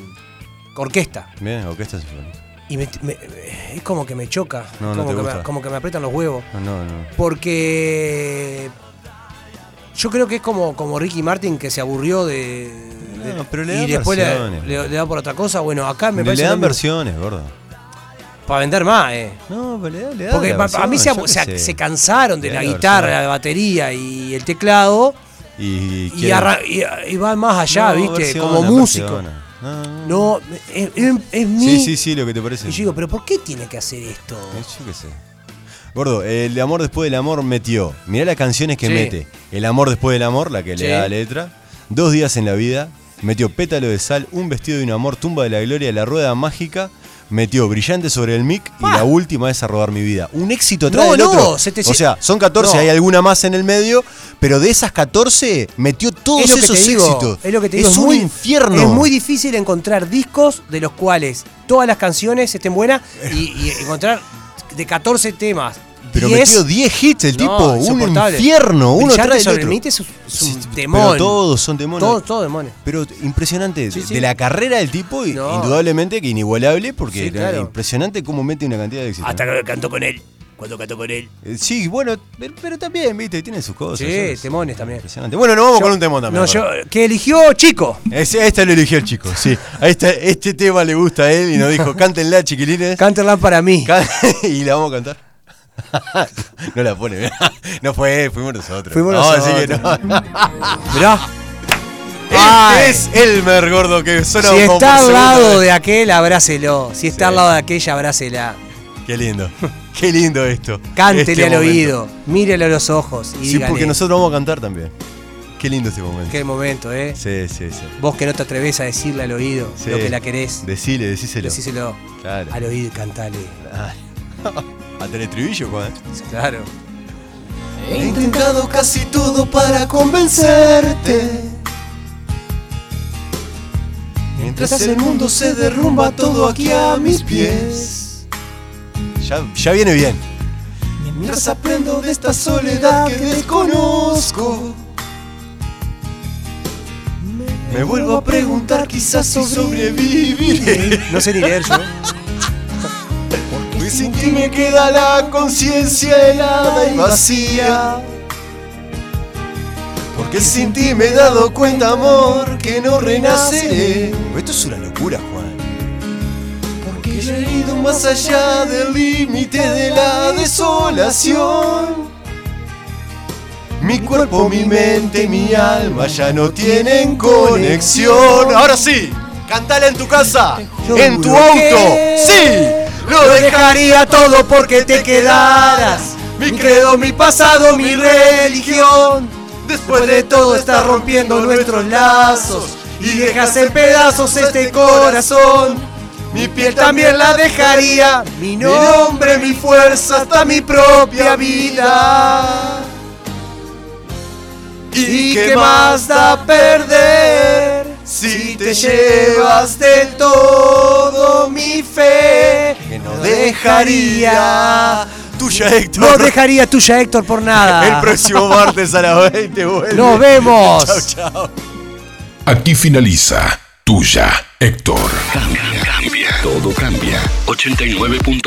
Speaker 3: Orquesta.
Speaker 2: Bien, orquesta sinfónica.
Speaker 3: Y me- me- me- es como que me choca.
Speaker 2: No, no
Speaker 3: como,
Speaker 2: te
Speaker 3: que
Speaker 2: gusta.
Speaker 3: Me, como que me aprietan los huevos.
Speaker 2: No, no, no.
Speaker 3: Porque yo creo que es como, como Ricky Martin que se aburrió de. de-
Speaker 2: No, pero le dan
Speaker 3: y después le,
Speaker 2: versiones.
Speaker 3: le- le da por otra cosa. Bueno, acá Ah, me
Speaker 2: Le,
Speaker 3: parece.
Speaker 2: dan versiones, gordo.
Speaker 3: Para vender más, eh.
Speaker 2: No, pero le dan, le dan
Speaker 3: Porque
Speaker 2: la
Speaker 3: pa-
Speaker 2: versión,
Speaker 3: a mí se,
Speaker 2: yo
Speaker 3: abu-
Speaker 2: qué
Speaker 3: se-
Speaker 2: sé.
Speaker 3: se cansaron de
Speaker 2: Le
Speaker 3: la
Speaker 2: dan la
Speaker 3: guitarra,
Speaker 2: versión.
Speaker 3: la batería y el teclado.
Speaker 2: Y,
Speaker 3: Y,
Speaker 2: quieren-
Speaker 3: arra- y- y van más allá,
Speaker 2: No,
Speaker 3: ¿viste?
Speaker 2: versiona,
Speaker 3: como músico.
Speaker 2: versiona. No, no, no.
Speaker 3: No, es, es- es mi.
Speaker 2: Sí, sí, sí, lo que te parece.
Speaker 3: Y yo digo, ¿pero por qué tiene que hacer esto?
Speaker 2: Eh, yo qué sé. Gordo, el amor después del amor metió. Mirá las canciones que
Speaker 3: Sí.
Speaker 2: mete. El amor después del amor, la que
Speaker 3: Sí.
Speaker 2: le da la letra. Dos días en la vida. Metió pétalo de sal, un vestido de un amor, tumba de la gloria, la rueda mágica. Metió brillante sobre el mic y la última es a rodar mi vida. Un éxito atrás
Speaker 3: No,
Speaker 2: del
Speaker 3: no,
Speaker 2: otro.
Speaker 3: 700
Speaker 2: O sea, son 14,
Speaker 3: No.
Speaker 2: hay alguna más en el medio, pero de esas 14 metió todos
Speaker 3: es lo que
Speaker 2: esos
Speaker 3: te digo,
Speaker 2: éxitos.
Speaker 3: Es lo que te digo.
Speaker 2: un
Speaker 3: muy,
Speaker 2: infierno.
Speaker 3: Es muy difícil encontrar discos de los cuales todas las canciones estén buenas y, y encontrar de 14 temas.
Speaker 2: Pero
Speaker 3: 10,
Speaker 2: metió 10 hits el
Speaker 3: no,
Speaker 2: tipo, un
Speaker 3: insoportable.
Speaker 2: infierno, uno
Speaker 3: Brillante
Speaker 2: atrás del
Speaker 3: sobre
Speaker 2: otro.
Speaker 3: mí es un, es un
Speaker 2: Sí, pero
Speaker 3: demon.
Speaker 2: todos son demonios.
Speaker 3: Todos, todos demonios.
Speaker 2: Pero impresionante,
Speaker 3: Sí, sí.
Speaker 2: de la carrera del tipo, y-
Speaker 3: No.
Speaker 2: indudablemente que inigualable, porque
Speaker 3: Sí,
Speaker 2: era
Speaker 3: claro.
Speaker 2: impresionante cómo mete una cantidad de éxitos.
Speaker 3: Hasta que cantó con él. Cuando cantó con él.
Speaker 2: Eh, Sí, bueno, pero, pero también, viste, tiene sus cosas.
Speaker 3: Sí,
Speaker 2: ¿sabes?
Speaker 3: temones también.
Speaker 2: Impresionante. Bueno, nos vamos
Speaker 3: Yo-
Speaker 2: con un temón también.
Speaker 3: No, yo,
Speaker 2: perdón.
Speaker 3: que eligió Chico.
Speaker 2: Ese- este lo eligió el chico, sí. A este, este tema le gusta a él y nos dijo, cántenla, chiquilines.
Speaker 3: Canterland para mí.
Speaker 2: Can- y la vamos a cantar. no la pone, mirá. no fue él, fuimos nosotros.
Speaker 3: Fuimos
Speaker 2: No, así que
Speaker 3: nosotros.
Speaker 2: no.
Speaker 3: Mirá.
Speaker 2: Este
Speaker 3: Ay.
Speaker 2: es Elmer, gordo, que suena
Speaker 3: Si
Speaker 2: como por
Speaker 3: está al
Speaker 2: segunda
Speaker 3: lado
Speaker 2: vez.
Speaker 3: de aquel, abrácelo. Si está
Speaker 2: Sí.
Speaker 3: al lado de aquella, abrácela.
Speaker 2: Qué lindo, qué lindo esto.
Speaker 3: Cántele
Speaker 2: Este
Speaker 3: al
Speaker 2: momento.
Speaker 3: oído, mírele a los ojos y
Speaker 2: Sí,
Speaker 3: dígale
Speaker 2: porque nosotros vamos a cantar también. Qué lindo este momento.
Speaker 3: qué momento, ¿eh?
Speaker 2: Sí, sí, sí.
Speaker 3: Vos que no te atreves a decirle al oído
Speaker 2: Sí.
Speaker 3: lo que la querés,
Speaker 2: Decile, decíselo.
Speaker 3: decíselo
Speaker 2: Claro.
Speaker 3: al oído y cantale.
Speaker 2: Ah. Hasta el estribillo, Juan.
Speaker 3: Claro.
Speaker 2: He intentado casi todo para convencerte. Mientras el mundo se derrumba todo aquí a mis pies. Ya, ya viene bien. Mientras aprendo de esta soledad que desconozco. Me vuelvo a preguntar quizás si sobreviviré.
Speaker 3: No sé ni leer yo.
Speaker 2: Pues sin ti me queda la conciencia helada y vacía. Porque sin ti me he dado cuenta, amor, que no renaceré. Esto es una locura, Juan. Porque yo he ido más allá del límite de la desolación. Mi cuerpo, mi mente, mi alma ya no tienen conexión. Ahora sí, cantala en tu casa,
Speaker 3: Yo
Speaker 2: en tu
Speaker 3: juro
Speaker 2: auto.
Speaker 3: que
Speaker 2: Sí, lo dejaría todo porque te quedaras. Mi credo, mi pasado, mi religión. Después de todo estás rompiendo nuestros lazos y dejas en pedazos este corazón. Mi piel también la dejaría, mi nombre, mi fuerza, hasta mi propia vida. ¿Y qué más da perder si te llevas de todo mi fe? Que no dejaría tuya,
Speaker 3: No
Speaker 2: Héctor.
Speaker 3: dejaría tuya Héctor por
Speaker 2: El
Speaker 3: nada.
Speaker 2: próximo martes a las 20 vuelve.
Speaker 3: Nos
Speaker 2: Chao,
Speaker 3: vemos.
Speaker 2: chao.
Speaker 5: Aquí finaliza Tuya, Héctor.
Speaker 6: Todo cambia. 89.